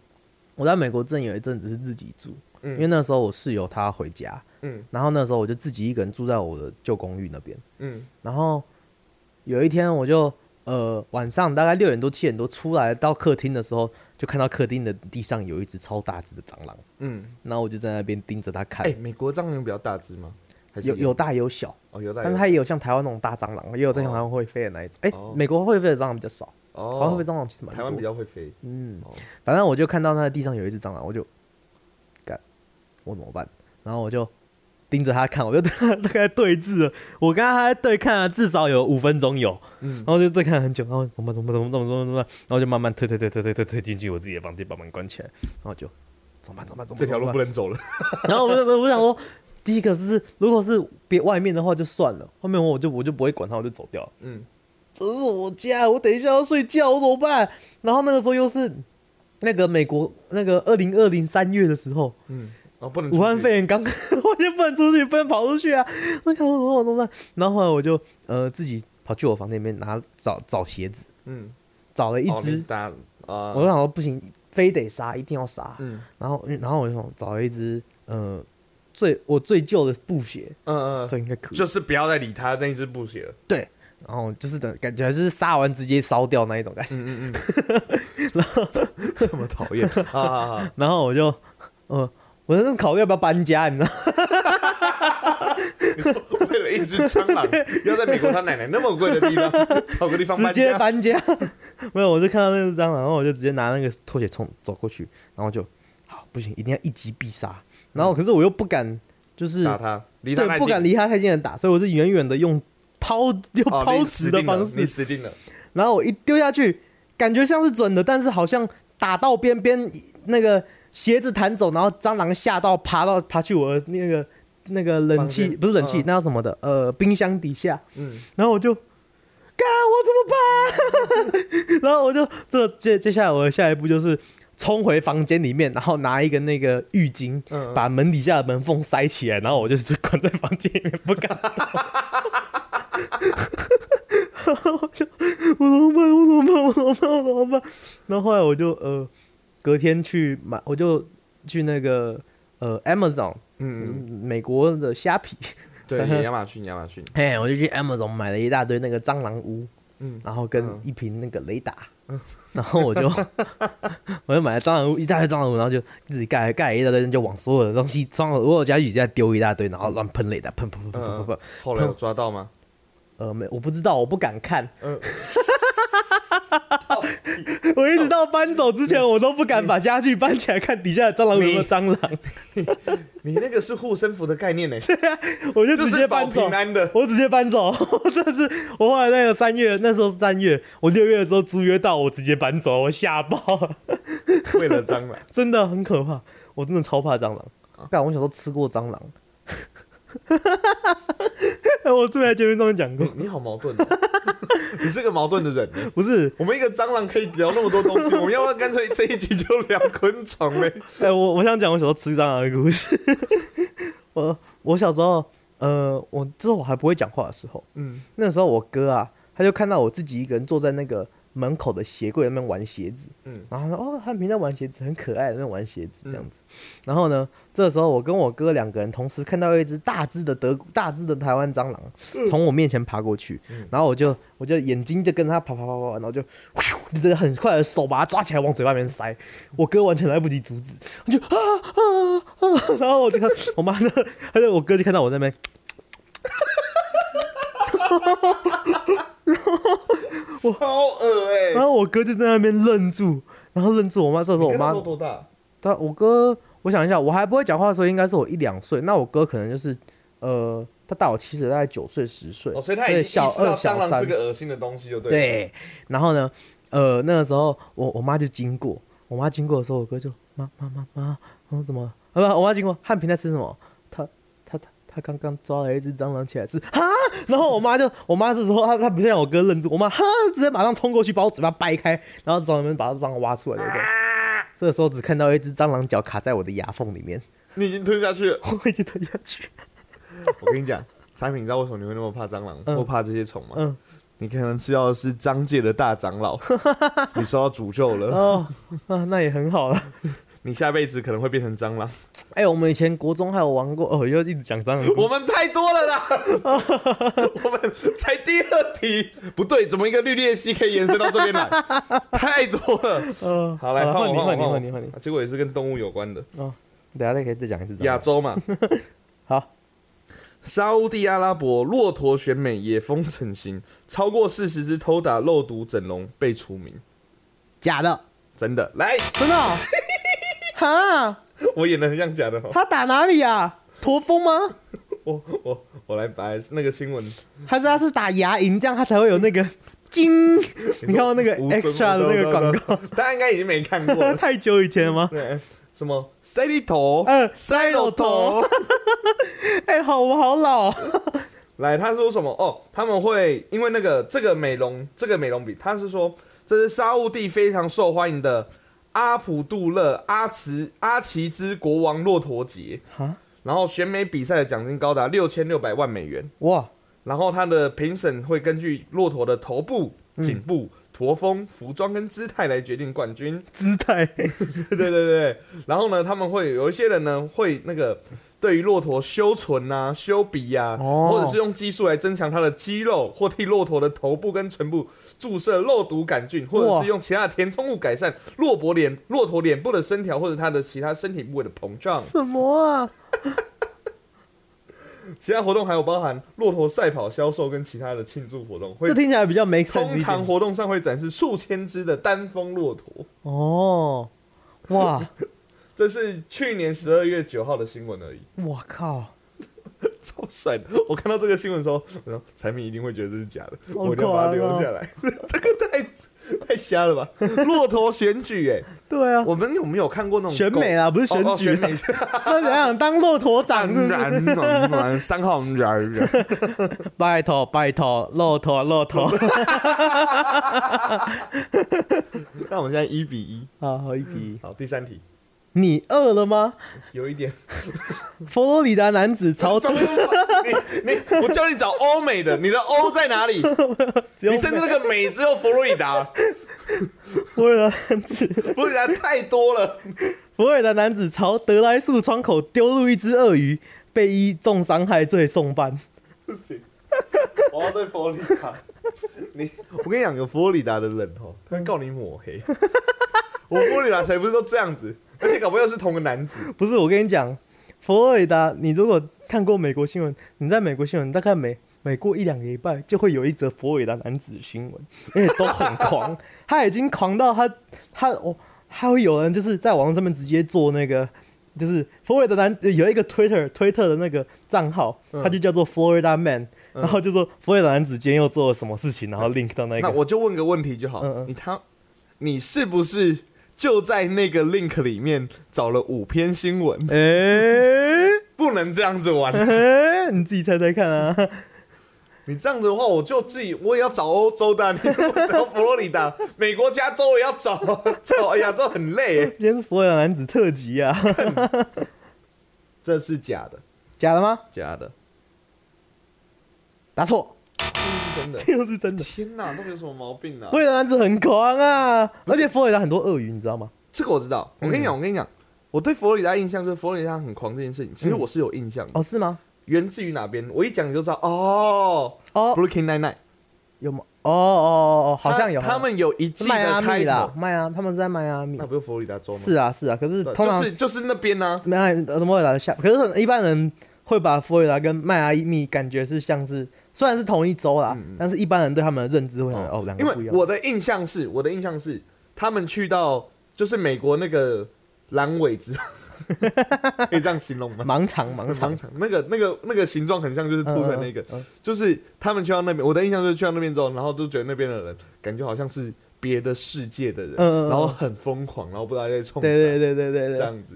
Speaker 1: 我在美国真的有一阵子是自己住，
Speaker 3: 嗯
Speaker 1: 因为那时候我室友他回家，
Speaker 3: 嗯
Speaker 1: 然后那时候我就自己一个人住在我的旧公寓那边。
Speaker 3: 嗯
Speaker 1: 然后有一天我就呃晚上大概六点多七点多出来到客厅的时候，就看到客厅的地上有一只超大只的蟑螂，
Speaker 3: 嗯，
Speaker 1: 然后我就在那边盯着它看，
Speaker 3: 哎、美国蟑螂比较大只吗？还是
Speaker 1: 有有大有小，
Speaker 3: 哦有大有
Speaker 1: 但是它也有像台湾那种大蟑螂，也有在像台湾会飞的那一种。哎、
Speaker 3: 哦
Speaker 1: 美国会飞的蟑螂比较少，台湾会
Speaker 3: 哦
Speaker 1: 飞，蟑螂其实蛮
Speaker 3: 台
Speaker 1: 多
Speaker 3: 湾
Speaker 1: 的
Speaker 3: 比。较会飞。
Speaker 1: 嗯
Speaker 3: 哦，
Speaker 1: 反正我就看到那个地上有一只蟑螂，我就干，我怎么办？然后我就盯着它看，我就大概对峙了，我跟它对看了至少有五分钟有，
Speaker 3: 嗯
Speaker 1: 然后就对看了很久，然后怎么怎么怎么怎么怎么怎么，然后就慢慢推推推推推推推进去我自己的房间，把门关起来，然后就怎么办怎么办怎么办
Speaker 3: 这条路不
Speaker 1: 怎么
Speaker 3: 能走了。
Speaker 1: 办然后我就我想说。第一个是，如果是别外面的话就算了，后面我就我就不会管它，我就走掉了。
Speaker 3: 嗯，
Speaker 1: 这是我家，我等一下要睡觉，我怎么办？然后那个时候又是那个美国那个二零二零三月的时候，
Speaker 3: 嗯，哦不能出
Speaker 1: 武
Speaker 3: 去。
Speaker 1: 汉肺炎刚， (laughs) 我就不能出去，不能跑出去啊！那看我怎么办怎么办？然后后来我就呃自己跑去我房间里面拿找找鞋子，
Speaker 3: 嗯，
Speaker 1: 找了一
Speaker 3: 哦
Speaker 1: 只，
Speaker 3: 你打啊，
Speaker 1: 我就想说不行，非得杀，一定要杀。
Speaker 3: 嗯
Speaker 1: 然后然后我就想找了一只呃最我最旧的布鞋，
Speaker 3: 嗯
Speaker 1: 这
Speaker 3: 嗯，
Speaker 1: 应该可以。
Speaker 3: 就是不要再理他那一只布鞋
Speaker 1: (laughs)
Speaker 3: 了。
Speaker 1: 对，然后就是等感觉就是杀完直接烧掉那一种感觉。
Speaker 3: 嗯嗯嗯，这么讨厌啊啊！啊
Speaker 1: 然后我就，呃，我在那考虑要不要搬家，你知道吗？
Speaker 3: 你说为了一只蟑螂，要在美国他奶奶那么贵的
Speaker 1: (laughs)
Speaker 3: 地方找个地方
Speaker 1: 直
Speaker 3: 搬
Speaker 1: 接
Speaker 3: 家？
Speaker 1: 搬家。 (laughs) 没有，我就看到那只蟑螂，然后我就直接拿那个拖鞋冲走过去，然后就，好，不行，一定要一击必杀。然后可是我又不敢，就是
Speaker 3: 嗯打他，离他太
Speaker 1: 对，不
Speaker 3: 近
Speaker 1: 敢离它太近的打，所以我是远远的用抛 (laughs) 用
Speaker 3: 哦
Speaker 1: 抛
Speaker 3: 你
Speaker 1: 掷
Speaker 3: 死
Speaker 1: 的
Speaker 3: 定了
Speaker 1: 方
Speaker 3: 你
Speaker 1: 式，
Speaker 3: 死定了。
Speaker 1: 然后我一丢下去，感觉像是准的，但是好像打到边边那个鞋子弹走，然后蟑螂吓到爬到爬去我的那个那个冷
Speaker 3: 房
Speaker 1: 气
Speaker 3: 间
Speaker 1: 不是冷气
Speaker 3: 嗯，
Speaker 1: 那叫什么的，呃，冰箱底下。
Speaker 3: 嗯，
Speaker 1: 然后我就，干我怎么办？然 (laughs) 后我就这接接下来我的下一步就是冲回房间里面，然后拿一个那个浴巾，
Speaker 3: 嗯嗯
Speaker 1: 把门底下的门缝塞起来，然后我就是关在房间里面不敢动。 (laughs) 然后我就我怎么办？我怎么办？我怎么办？我怎么办？然后后来我就呃，隔天去买，我就去那个呃 Amazon，
Speaker 3: 嗯，
Speaker 1: 美国的虾皮，
Speaker 3: 对，
Speaker 1: (laughs)
Speaker 3: 亚马逊，亚马逊，
Speaker 1: 嘿，我就去 Amazon 买了一大堆那个蟑螂屋，
Speaker 3: 嗯
Speaker 1: 然后跟
Speaker 3: 嗯
Speaker 1: 一瓶那个雷达， (laughs) 然后我
Speaker 3: (laughs)
Speaker 1: 就我就买了蟑螂屋一大堆蟑螂屋，然后就自己盖盖了一大堆，就往所有的东西装了，我有家具底下丢一大堆，然后乱喷雷达，喷喷喷喷喷
Speaker 3: 嗯
Speaker 1: 喷，，
Speaker 3: 后来有抓到吗？
Speaker 1: 呃，没，我不知道，我不敢看，
Speaker 3: 嗯，
Speaker 1: 我一直到搬走之前，我都不敢把家具搬起来看底下的蟑螂有没有蟑螂，
Speaker 3: 你那个是护身符的
Speaker 1: (laughs)
Speaker 3: 概念呢，
Speaker 1: 我就
Speaker 3: 就
Speaker 1: 直
Speaker 3: 是
Speaker 1: 接
Speaker 3: 保
Speaker 1: 搬走
Speaker 3: 平。安的。
Speaker 1: 我直接搬走， (laughs) 这是我后来那个三月，那时候是三月，我六月的时候租约到，我直接搬走，我吓爆了。 (laughs)
Speaker 3: (laughs) 为了蟑螂，
Speaker 1: 真的很可怕。我真的超怕蟑螂。干，我小时候吃过蟑螂。 (laughs) 我之前在节目中讲过，
Speaker 3: 你你好矛盾、哦， (laughs) 你是个矛盾的人呢。
Speaker 1: 不是，
Speaker 3: 我们一个蟑螂可以聊那么
Speaker 1: (laughs)
Speaker 3: 多东西，我们要不要干脆这一集就聊昆虫嘞？
Speaker 1: 哎、我我想讲我小时候吃蟑螂的故事。 (laughs) 我我小时候，呃，我之后我还不会讲话的时候，
Speaker 3: 嗯，
Speaker 1: 那时候我哥啊，他就看到我自己一个人坐在那个门口的鞋柜那边玩鞋子，
Speaker 3: 嗯
Speaker 1: 然后他说哦，他平常玩鞋子很可爱，在那边玩鞋子这样子。然后呢，这时候我跟我哥两个人同时看到一只大只的德大只的台湾蟑螂从我面前爬过去，然后我就我就眼睛就跟着它爬爬爬爬，然后就咻，就是很快的手把它抓起来往嘴巴里面塞，我哥完全来不及阻止，我就 (laughs) 啊啊啊，然后我就看 (laughs) 我妈呢，还有我哥就看到我在那边。
Speaker 3: 超恶哎、
Speaker 1: 然后我哥就在那边愣住，然后愣住我妈。这时候我
Speaker 3: 你跟他
Speaker 1: 妈
Speaker 3: 说，多大？
Speaker 1: 她我哥，我想一下，我还不会讲话的时候，应该是我一两岁。那我哥可能就是，呃，他大我七岁，大概九岁、十岁。
Speaker 3: 哦，所以他已经意识
Speaker 1: 小
Speaker 3: 到
Speaker 1: 二、
Speaker 3: 蟑
Speaker 1: 小
Speaker 3: 螂是
Speaker 1: 三。
Speaker 3: 个恶心的东西，就对。，
Speaker 1: 对，然后呢，呃，那个时候我我妈就经过，我妈经过的时候，我哥就妈妈妈妈，我怎么了？啊不，我妈经过，汉平在吃什么？他他他他刚刚抓了一只蟑螂起来吃，哈！然后我妈就，我妈这时候她她不像我哥愣住，我妈哈直接马上冲过去把我嘴巴掰开，然后从里面把蟑螂挖出来，对不对？
Speaker 3: 啊
Speaker 1: 这个时候只看到一只蟑螂脚卡在我的牙缝里面， (laughs)
Speaker 3: 你已经吞下去了。 (laughs)
Speaker 1: 我已经吞下去。
Speaker 3: 我跟你讲，产品，你知道为什么你会那么怕蟑螂
Speaker 1: 嗯
Speaker 3: 或怕这些虫吗？
Speaker 1: 嗯，
Speaker 3: 你可能吃到的是张界的大长
Speaker 1: (laughs)
Speaker 3: 老，你受到诅咒了，
Speaker 1: 哦，啊，那也很好了。
Speaker 3: 你下辈子可能会变成蟑螂。
Speaker 1: 哎、我们以前国中还有玩过，哦，又一直讲蟑螂故事。
Speaker 3: (laughs) 我们太多了
Speaker 1: (laughs)
Speaker 3: 啦，我们才第二题，不对，怎么一个绿鬣蜥可以延伸到这
Speaker 1: (laughs)
Speaker 3: 边来？太多了。
Speaker 1: 嗯，
Speaker 3: 哦好，来
Speaker 1: 了
Speaker 3: 换
Speaker 1: 换
Speaker 3: 我
Speaker 1: 你，换
Speaker 3: 换
Speaker 1: 你，
Speaker 3: 我
Speaker 1: 换你，换你
Speaker 3: 我。啊结果也是跟动物有关的，
Speaker 1: 哦，等下再可以再讲一次。
Speaker 3: 亚洲嘛。
Speaker 1: (laughs) 好，
Speaker 3: 沙烏地阿拉伯骆驼选美野蜂成型，超过四十只偷打、漏毒、整容被除名。
Speaker 1: 假的，
Speaker 3: 真的，来，
Speaker 1: 真的哦、哈，
Speaker 3: 我演的很像
Speaker 1: (laughs)
Speaker 3: 假的、哦。
Speaker 1: 他打哪里啊？驼峰吗？
Speaker 3: 我我我来把那个新闻，
Speaker 1: 还是他是打牙龈，这样他才会有那个金？你看到那个
Speaker 3: 无尊
Speaker 1: extra 的那个广告，
Speaker 3: 告，大家应该已经没看过了。
Speaker 1: (laughs) 太久以前了
Speaker 3: (laughs)
Speaker 1: 吗？
Speaker 3: 对，什么塞里头，
Speaker 1: 嗯
Speaker 3: 塞
Speaker 1: 肉
Speaker 3: 肉头
Speaker 1: 头。哎、好，我好老哦。
Speaker 3: 来，他说什么？哦，他们会因为那个这个美容，这个美容笔，他是说这是沙乌地非常受欢迎的阿普杜勒阿奇阿奇之国王骆驼节，
Speaker 1: 哈，
Speaker 3: 然后选美比赛的奖金高达六千六百万美元，
Speaker 1: 哇，
Speaker 3: 然后他的评审会根据骆驼的头部、颈部、驼峰、服装跟姿态来决定冠军。
Speaker 1: 姿态，
Speaker 3: (laughs) 对对对对，然后呢，他们会有一些人呢会那个对于骆驼修唇啊、修鼻呀、啊，
Speaker 1: 哦
Speaker 3: 或者是用激素来增强它的肌肉，或替骆驼的头部跟唇部注射肉毒杆菌，或者
Speaker 1: 哇
Speaker 3: 是用其他的填充物改善骆驼脸、骆驼脸部的身条或者它的其他身体部位的膨胀。
Speaker 1: 什么啊？
Speaker 3: 其他活动还有包含骆驼赛跑、销售跟其他的庆祝活动。会
Speaker 1: 这听起来比较没 a
Speaker 3: 通常活动上会展示数千只的单峰骆驼。
Speaker 1: 哦，哇，
Speaker 3: 这是去年十二月九号的新闻而已。
Speaker 1: 我靠，
Speaker 3: (laughs) 超帅的！我看到这个新闻的时候，我说产品一定会觉得这是假的，
Speaker 1: 好
Speaker 3: 我一定要把它留
Speaker 1: 可爱哦
Speaker 3: 下来。 (laughs) 这个太太瞎了吧？骆驼选举、欸，
Speaker 1: 对啊，
Speaker 3: 我们有没有看过那种
Speaker 1: 选
Speaker 3: 狗
Speaker 1: 美啊，不是选
Speaker 3: 哦哦
Speaker 1: 举啊
Speaker 3: 选，
Speaker 1: (laughs)
Speaker 3: 美？
Speaker 1: 他怎样当骆驼长是不是？
Speaker 3: 然暖暖三号然然，
Speaker 1: 拜托拜托，骆驼骆驼，
Speaker 3: 那我们现在一比一。
Speaker 1: 好好一比。
Speaker 3: 好，第三题，
Speaker 1: 你饿了吗？
Speaker 3: 有
Speaker 1: (laughs)
Speaker 3: 一点，
Speaker 1: 佛罗里达男子朝
Speaker 3: 怎
Speaker 1: 圣
Speaker 3: 么，你你我叫你找欧美的，你的欧在哪里？
Speaker 1: 只有
Speaker 3: 你甚至那个美只有佛罗里达，
Speaker 1: 佛罗里达男子， (laughs)
Speaker 3: 佛罗里达太多了。
Speaker 1: 佛罗里达男子朝德莱树窗口丢入一只鳄鱼，被依重伤害罪送办。
Speaker 3: 不行， (laughs) 我要对佛罗里达。你，我跟你讲，有佛罗里达的人哦，他会告你抹黑。 (laughs) 我佛罗里达才不是都这样子，而且搞不好又是同个男子。
Speaker 1: 不是，我跟你讲，佛罗里达，你如果看过美国新闻，你在美国新闻大概每每过一两个礼拜就会有一则佛罗里达男子的新闻，而且都很 (laughs) 狂，他已经狂到他他哦，还会有人就是在网络上面直接做那个。就是佛罗里达男有一个 Twitter 推特的那个账号，他就叫做 Florida Man，、然后就说佛罗里达男子今天又做了什么事情，然后 link 到那个。
Speaker 3: 那我就问个问题就好
Speaker 1: 嗯，嗯
Speaker 3: 你他，你是不是就在那个 link 里面找了五篇新闻，
Speaker 1: 哎、
Speaker 3: 不能这样子
Speaker 1: (laughs)
Speaker 3: 玩。
Speaker 1: 哎你自己猜猜看啊！
Speaker 3: 你这样子的话，我就自己我也要找欧洲的啊，你我找佛罗里达、美国加州，我也要找找亚洲，很累耶。
Speaker 1: 今天是佛罗里达男子特辑啊，
Speaker 3: 这是假的，
Speaker 1: 假的吗？
Speaker 3: 假的，
Speaker 1: 答错，
Speaker 3: 这是真
Speaker 1: (laughs)
Speaker 3: 的。
Speaker 1: 这又是真的。
Speaker 3: 天哪，都没有什么毛病啊
Speaker 1: 佛罗！里达男子很狂啊，而且佛罗里达很多鳄鱼，你知道吗？
Speaker 3: 这个我知道，
Speaker 1: 嗯
Speaker 3: 我跟你讲，我跟你讲，我对佛罗里达印象就是佛罗里达很狂这件
Speaker 1: 嗯
Speaker 3: 事情，其实我是有印象的，
Speaker 1: 哦，是吗？
Speaker 3: 源自于哪边？我一讲你就知道哦
Speaker 1: 哦，
Speaker 3: ，Brooklyn Nine Nine，
Speaker 1: 有吗？哦哦哦，好像有。
Speaker 3: 他们有一季
Speaker 1: 是迈阿
Speaker 3: 的开
Speaker 1: 密啦
Speaker 3: 头，，
Speaker 1: 迈阿，他们是在迈阿密
Speaker 3: 那。不是佛罗里达州吗？
Speaker 1: 是啊，是啊，可嗯是
Speaker 3: 对，
Speaker 1: 通常
Speaker 3: 就是就是那边啊呢，
Speaker 1: 迈阿密呃佛罗里达的下，可是一般人会把佛罗里达跟迈阿密感觉是像是，虽然是同一州啦，
Speaker 3: 嗯嗯
Speaker 1: 但是一般人对他们的认知会很哦两
Speaker 3: 因
Speaker 1: 个不一
Speaker 3: 为
Speaker 1: 样。
Speaker 3: 我的印象是，我的印象是他们去到就是美国那个阑
Speaker 1: (laughs)
Speaker 3: 尾之，可以这样形容吗？
Speaker 1: 盲肠盲肠
Speaker 3: 长，长那个那个那个形状很像就是吐出来那个，
Speaker 1: 嗯嗯嗯
Speaker 3: 就是他们去到那边，我的印象就是去到那边之后，然后就觉得那边的人感觉好像是别的世界的人，
Speaker 1: 嗯嗯嗯
Speaker 3: 然后很疯狂，然后不知道在冲啥
Speaker 1: 对对对对对
Speaker 3: 这
Speaker 1: 对，
Speaker 3: 样子。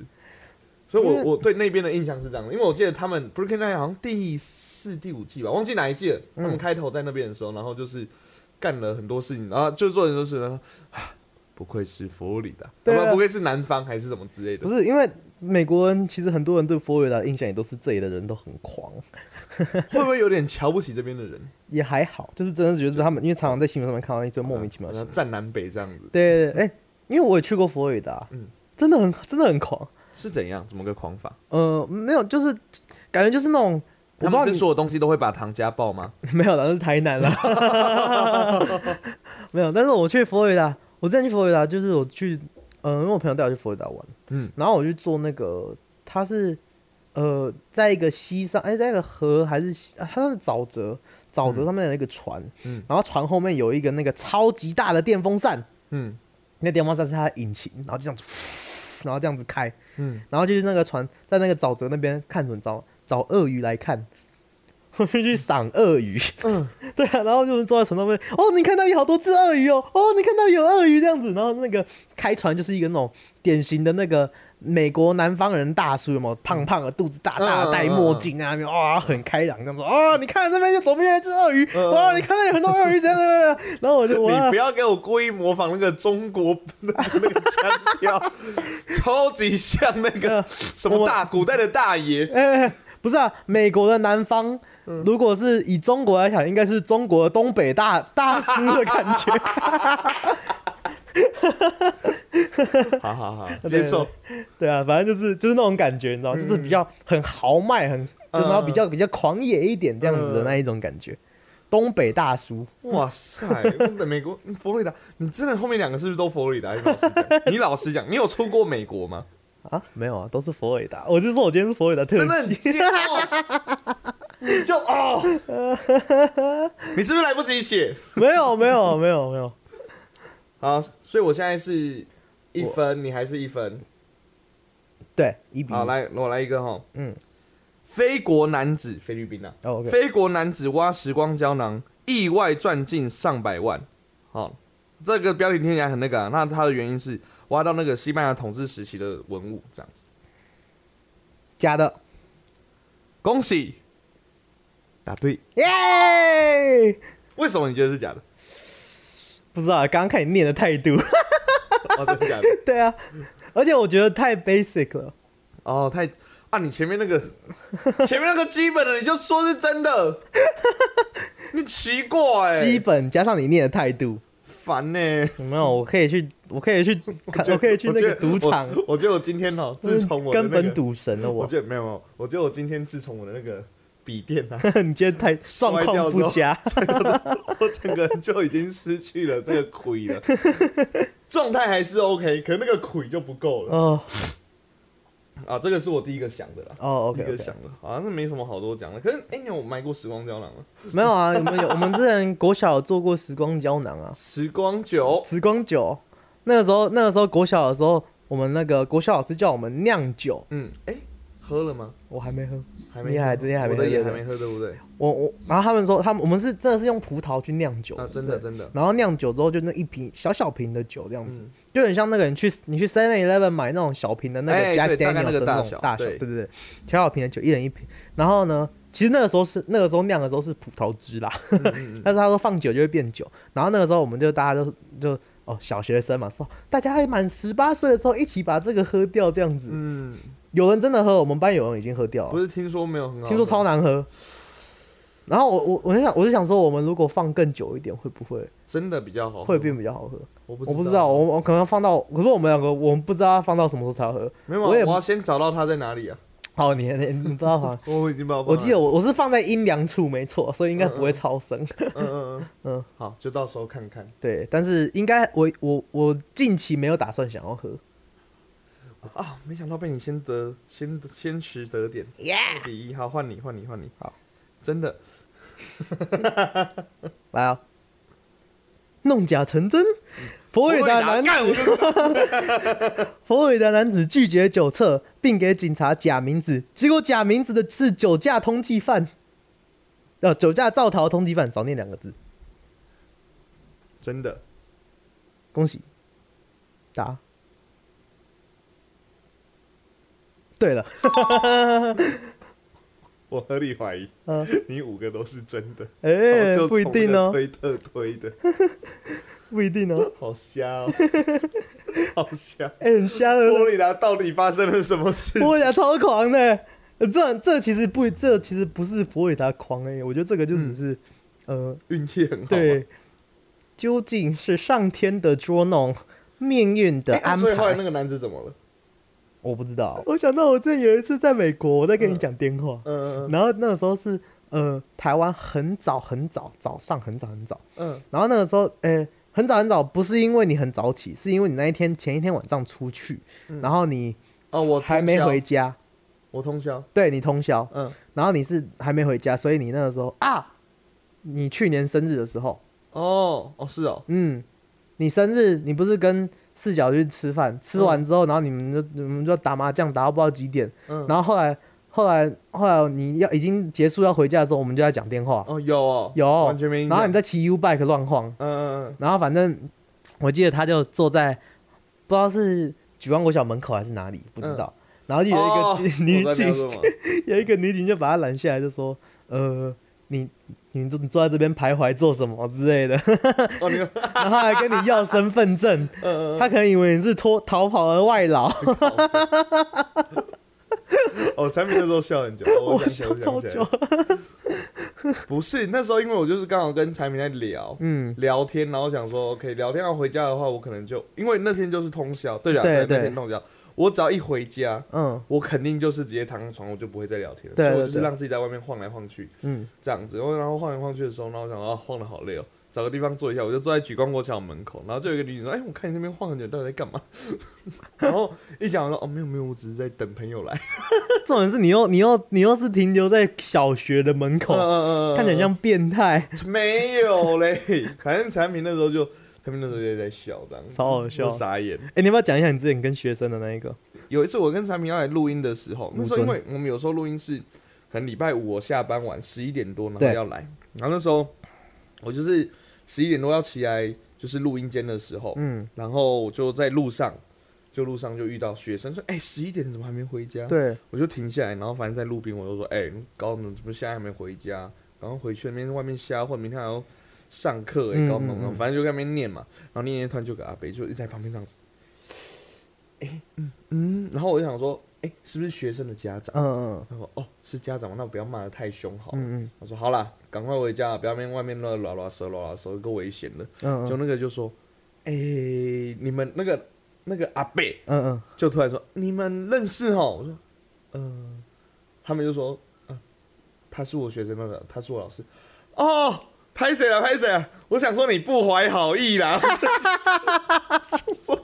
Speaker 3: 所以我，
Speaker 1: 因为
Speaker 3: 我对那边的印象是这样的，因为我记得他们 Brooklyn Nine 好像第四、第五季吧，忘记哪一季了。他们开头在那边的时候，然后就是干了很多事情，然后就做人就是，啊不愧是佛罗里达，
Speaker 1: 对啊
Speaker 3: 不不愧是南方还是什么之类
Speaker 1: (laughs)
Speaker 3: 的
Speaker 1: 不。是因为美国人其实很多人对佛罗里达的印象也都是这里的人都很狂，啊
Speaker 3: 会不会有点瞧不起这边
Speaker 1: (laughs)
Speaker 3: 的人？
Speaker 1: 也还好，就是真的觉得是他们，因为常常在新闻上面看到一堆莫名其妙的
Speaker 3: 然
Speaker 1: 新
Speaker 3: 后
Speaker 1: 闻。
Speaker 3: 站南北这样子，
Speaker 1: 对对对，哎、因为我也去过佛罗里达，
Speaker 3: 嗯
Speaker 1: 真的很真的很狂，
Speaker 3: 是怎样？怎么个狂法？
Speaker 1: 呃，没有，就是感觉就是那种。我不
Speaker 3: 他
Speaker 1: 知道
Speaker 3: 们
Speaker 1: 你
Speaker 3: 是所有东西都会把糖加爆吗？
Speaker 1: (laughs) 没有啦，那是台南啦。
Speaker 3: (laughs)
Speaker 1: 没有，但是我去佛罗里达，我之前去佛罗里达就是我去，嗯、因为我朋友带我去佛罗里达玩，
Speaker 3: 嗯，
Speaker 1: 然后我去坐那个，它是呃，在一个溪上，哎、在一个河还是溪啊它是沼泽，沼泽上面的一个船，
Speaker 3: 嗯
Speaker 1: 然后船后面有一个那个超级大的电风扇，
Speaker 3: 嗯
Speaker 1: 那电风扇是它的引擎，然后就这样子， (laughs) 然后这样子开，
Speaker 3: 嗯，
Speaker 1: 然后就是那个船在那个沼泽那边看准找找鳄鱼来看， (laughs) 我们去赏鳄鱼。
Speaker 3: 嗯，
Speaker 1: (laughs) 对啊，然后就是坐在船上面，哦，你看那里好多只鳄鱼哦，哦，你看那里有鳄鱼这样子。然后那个开船就是一个那种典型的那个美国南方人大叔，有没有？胖胖的，肚子大大
Speaker 3: 嗯嗯嗯
Speaker 1: 的，戴墨镜啊，哇、很开朗这样子。哦，你看那边就左边有一只鳄鱼，
Speaker 3: 嗯
Speaker 1: 哇，你看那里有很多鳄鱼，这样这样。这样然后我
Speaker 3: (laughs)
Speaker 1: 啊就
Speaker 3: 你
Speaker 1: 哇
Speaker 3: 不，要给我故意模仿那个中国那个腔
Speaker 1: (laughs)
Speaker 3: 调，超级像那
Speaker 1: 呃
Speaker 3: 个什么大古代的大爷。
Speaker 1: 哎、不是啊，美国的南方，
Speaker 3: 嗯
Speaker 1: 如果是以中国来讲，应该是中国的东北大大师的感
Speaker 3: (laughs)
Speaker 1: 觉。
Speaker 3: 好好好，接受。
Speaker 1: 对啊，反正就是就是那种感觉，你知道，就是比较很豪迈，很就
Speaker 3: 嗯
Speaker 1: 然后比较比较狂野一点这样子的
Speaker 3: 嗯
Speaker 1: 那一种感觉。东北大叔，
Speaker 3: 哇塞，美国嗯佛罗里达，你真的后面两个是不是都佛罗里达？你老实讲，你老实讲，你有出过美
Speaker 1: (laughs)
Speaker 3: 国吗？
Speaker 1: 啊，没有啊，都是佛罗里达。我就说我今天是佛罗里达特
Speaker 3: 真的
Speaker 1: 辑，
Speaker 3: 很贱哦，你就
Speaker 1: (laughs)
Speaker 3: 哦，你是不是来不及写？
Speaker 1: 没有没有没有没有，
Speaker 3: 好，所以我现在是一分，你还是一分。
Speaker 1: 对，一比一。
Speaker 3: 好，来，我来一个哈。
Speaker 1: 嗯，
Speaker 3: 非国男子，菲律宾啊，
Speaker 1: 哦，OK，
Speaker 3: 非国男子挖时光胶囊，意外赚进上百万。好、这个标题听起来很那个、啊，那它的原因是挖到那个西班牙统治时期的文物，这样子。
Speaker 1: 假的，
Speaker 3: 恭喜，答对。
Speaker 1: 耶！
Speaker 3: 为什么你觉得是假的？
Speaker 1: 不知道啊，刚刚看你念的态度，
Speaker 3: 哦，真的假的？
Speaker 1: (laughs) 对啊，
Speaker 3: 嗯
Speaker 1: 而且我觉得太 basic 了。
Speaker 3: (laughs) 哦，太啊！你前面 (laughs) 那个，前面那个基本的，你就说是真的，你奇怪、 (laughs) 欸，
Speaker 1: 基本加上你念的态度，
Speaker 3: 烦呢、
Speaker 1: 有没有？我可以去，我可以去看， (laughs) 我可以去那个赌场，
Speaker 3: 我觉得我。我觉得我今天哦，自从我的那
Speaker 1: (laughs) 根
Speaker 3: 个
Speaker 1: 本赌神了
Speaker 3: 我
Speaker 1: 我。
Speaker 3: 觉得没有没有，我觉得我今天自从我的那个笔电啊 (laughs)
Speaker 1: 你 (laughs) 今天太状
Speaker 3: 摔
Speaker 1: 况
Speaker 3: 掉之
Speaker 1: 不
Speaker 3: 后，
Speaker 1: 佳，
Speaker 3: 摔掉之后我整个人就已经失去了那个魁了， (laughs) 状态还是 OK，可那个魁就不够了
Speaker 1: 哦
Speaker 3: 啊。这个是我第一个想的啦。
Speaker 1: 哦
Speaker 3: 第一
Speaker 1: ，OK
Speaker 3: 个
Speaker 1: OK，
Speaker 3: 想的，好像是没什么好多讲的。可是，哎、你有买过时光胶囊吗？
Speaker 1: 没有啊，我们有我们之前国小有做过时光胶囊啊，
Speaker 3: 时光酒，
Speaker 1: 时光酒，那个时候那个时候国小的时候，我们那个国小老师叫我们酿酒，
Speaker 3: 嗯，哎、喝了吗？
Speaker 1: 我还没喝，
Speaker 3: 还没喝，
Speaker 1: 你还你还没
Speaker 3: 我的
Speaker 1: 喝
Speaker 3: 也
Speaker 1: 对
Speaker 3: 还
Speaker 1: 不对
Speaker 3: 没喝，对不对？
Speaker 1: 我我，然后他们说他们我们是真的是用葡萄去酿酒
Speaker 3: 啊，真的
Speaker 1: 对
Speaker 3: 真的，
Speaker 1: 然后酿酒之后就那一瓶小小瓶的酒这样子，
Speaker 3: 嗯
Speaker 1: 就很像那个人去你去 Seven Eleven 买那种小瓶的那
Speaker 3: 哎
Speaker 1: 个加
Speaker 3: 对大概
Speaker 1: Daniel
Speaker 3: 那个
Speaker 1: 的
Speaker 3: 大
Speaker 1: 那种
Speaker 3: 小
Speaker 1: 大小，
Speaker 3: 对
Speaker 1: 对对对，小小瓶的酒一人一瓶。然后呢，其实那个时候是那个时候酿的时候是葡萄汁啦，
Speaker 3: 嗯嗯
Speaker 1: (laughs)
Speaker 3: 嗯
Speaker 1: 但是他说放久就会变酒。然后那个时候我们就大家就就哦小学生嘛，说大家还满十八岁的时候一起把这个喝掉这样子。
Speaker 3: 嗯，
Speaker 1: 有人真的喝，我们班有人已经喝掉了
Speaker 3: 不。是哦听说没有很好喝，
Speaker 1: 哦听说超难喝。然后我我我就想我就想说，我们如果放更久一点，会不会
Speaker 3: 真的比较好喝，
Speaker 1: 会变比较好喝？
Speaker 3: 我不
Speaker 1: 我不知道，我我可能要放到，可是我们两个我们不知道要放到什么时候才 (laughs) 喝。
Speaker 3: 没有啊，
Speaker 1: 我也
Speaker 3: 我要先找到它在哪里啊！，
Speaker 1: 好，你你你不知 (laughs) 道放
Speaker 3: 我已经把它放
Speaker 1: 我记得
Speaker 3: 了，
Speaker 1: 我我是放在阴凉处，没错，所以应该不会超生。
Speaker 3: 嗯嗯嗯嗯
Speaker 1: 嗯，
Speaker 3: 好，就到时候看看。
Speaker 1: (laughs) 对，但是应该我我我近期没有打算想要喝。
Speaker 3: 啊，没想到被你先得先先持得点，二比一，好，换你，换你，换你，
Speaker 1: 好，
Speaker 3: 真的，
Speaker 1: 来啊，弄假成真。嗯佛罗里达男
Speaker 3: 干我就
Speaker 1: 佛罗里达男子拒绝酒测，并给警察假名字，结果假名字的是酒驾通缉犯，呃，酒驾造逃通缉犯，少念两个字，
Speaker 3: 真的，
Speaker 1: 恭喜，答。对了，
Speaker 3: 我合理怀疑
Speaker 1: 嗯、
Speaker 3: 你五个都是真的，
Speaker 1: 哎、
Speaker 3: 我就
Speaker 1: 不一
Speaker 3: 从
Speaker 1: 定
Speaker 3: 那
Speaker 1: 哦，
Speaker 3: 推特推的，
Speaker 1: 不一定哦，
Speaker 3: 好瞎
Speaker 1: (laughs)
Speaker 3: 哦，好瞎。
Speaker 1: 哎、很瞎
Speaker 3: (laughs) 佛罗
Speaker 1: 的，
Speaker 3: 里达到底发生了什么事？
Speaker 1: 佛罗里达超狂的，呃这这其实不，这其实不是佛罗里达狂哎、我觉得这个就只是，呃，
Speaker 3: 运气嗯很好啊，
Speaker 1: 对，究竟是上天的捉弄，命运的
Speaker 3: 哎啊
Speaker 1: 安
Speaker 3: 所以后来
Speaker 1: 排
Speaker 3: 那？个男嗯子怎么了？
Speaker 1: 我不知道。我想到我之前有一次在美国，我在跟你讲电话，
Speaker 3: 嗯
Speaker 1: 然后那个时候是呃台湾很早很早，早上很早很早，
Speaker 3: 嗯
Speaker 1: 然后那个时候呃很早很早，不是因为你很早起，是因为你那一天前一天晚上出去，
Speaker 3: 嗯
Speaker 1: 然后你
Speaker 3: 哦，我
Speaker 1: 还没
Speaker 3: 通宵
Speaker 1: 回，家，
Speaker 3: 我通宵，
Speaker 1: 对你通宵，
Speaker 3: 嗯
Speaker 1: 然后你是还没回家，所以你那个时候啊，你去年生日的时候，
Speaker 3: 哦哦是哦，
Speaker 1: 嗯，你生日你不是跟四角去吃
Speaker 3: 嗯
Speaker 1: 饭，吃完之后，然后你们就你们就打麻将打到不知道几点，
Speaker 3: 嗯，
Speaker 1: 然后后来后来后来你要已经结束要回家的时候，我们就在讲电话，
Speaker 3: 哦有哦
Speaker 1: 有
Speaker 3: 完全没印象，
Speaker 1: 然后你在骑 U bike 乱晃，
Speaker 3: 嗯嗯
Speaker 1: 然后反正我记得他就坐在不知道是举光国小门口还是哪里，不知道，然后就有
Speaker 3: 嗯，
Speaker 1: 一个、
Speaker 3: 哦
Speaker 1: 女
Speaker 3: 我在聊
Speaker 1: 警
Speaker 3: 什么
Speaker 1: 有一个女警就把他拦下来，就说：“呃，你你坐你坐在这边徘徊做什么之类的？” (laughs)
Speaker 3: 哦你嗯
Speaker 1: 然后还跟你要身份证，
Speaker 3: (laughs) 嗯嗯
Speaker 1: 他可能以为你是脱逃跑而外劳。
Speaker 3: (laughs)
Speaker 1: (laughs)
Speaker 3: 哦，产品那时候笑很久，哦
Speaker 1: 我
Speaker 3: 想起来
Speaker 1: 笑超
Speaker 3: 我想起
Speaker 1: 久
Speaker 3: 来。不是那时候，因为我就是刚好跟产品在聊
Speaker 1: 嗯，
Speaker 3: 聊天，然后想说 OK，聊天要回家的话，我可能就因为那天就是通宵，对啊，
Speaker 1: 对
Speaker 3: 那
Speaker 1: 对
Speaker 3: 天通宵，我只要一回家，
Speaker 1: 嗯
Speaker 3: 我肯定就是直接躺上床，我就不会再聊天了，
Speaker 1: 对
Speaker 3: 所以我
Speaker 1: 对
Speaker 3: 就是
Speaker 1: 对
Speaker 3: 让自己在外面晃来晃去
Speaker 1: 嗯，
Speaker 3: 这样子，然后然后晃来晃去的时候，然后我想啊晃的好累哦，找个地方坐一下，我就坐在举光国桥门口，然后就有一个女警说，哎、我看你那边晃很久，到底在干嘛？ (laughs) 然后一讲我说哦没有没有，我只是在等朋友来，
Speaker 1: 重点是你又你又你又是停留在小学的门口，
Speaker 3: 嗯
Speaker 1: 哦看起来像变态，
Speaker 3: 没有嘞， (laughs) 反正产品那时候就产品那时候就在笑这样子，
Speaker 1: 超好笑
Speaker 3: 嗯我。傻眼。
Speaker 1: 哎、你要不要讲一下你之前跟学生的那一个？
Speaker 3: 有一次我跟产品要来录音的时候，那时候
Speaker 1: 吴尊
Speaker 3: 因为我们有时候录音是可能礼拜五我下班晚十一点多，然后
Speaker 1: 对
Speaker 3: 要来，然后那时候我就是十一点多要起来，就是录音间的时候，
Speaker 1: 嗯，
Speaker 3: 然后我就在路上，就路上就遇到学生说，哎、十一点怎么还没回家？
Speaker 1: 对，
Speaker 3: 我就停下来，然后反正在路边我就说，哎、你搞什么？怎么现在还没回家？赶快回去那边外面瞎混，明天还要上课哎、
Speaker 1: 嗯
Speaker 3: 搞什么？
Speaker 1: 嗯嗯
Speaker 3: 反正就在那边念嘛，然后念念突然就给阿北就一直在旁边这样子，哎、嗯嗯，然后我就想说，哎、是不是学生的家长？
Speaker 1: 嗯嗯
Speaker 3: 他说，哦，是家长吗？那我不要骂的太凶好了。
Speaker 1: 嗯
Speaker 3: 我说好啦，赶快回家，不要面外面乱拉拉舌拉拉舌，够危险的。
Speaker 1: 嗯
Speaker 3: 就
Speaker 1: 嗯
Speaker 3: 那个就说，哎、你们那个那个阿贝，
Speaker 1: 嗯嗯，
Speaker 3: 就突然说：“你们认识哦？”我说：“嗯、他们就说：“嗯、他是我学生那个，他是我老师。”哦，拍谁啊？拍谁啊？我想说你不怀好意啦， (laughs) 就说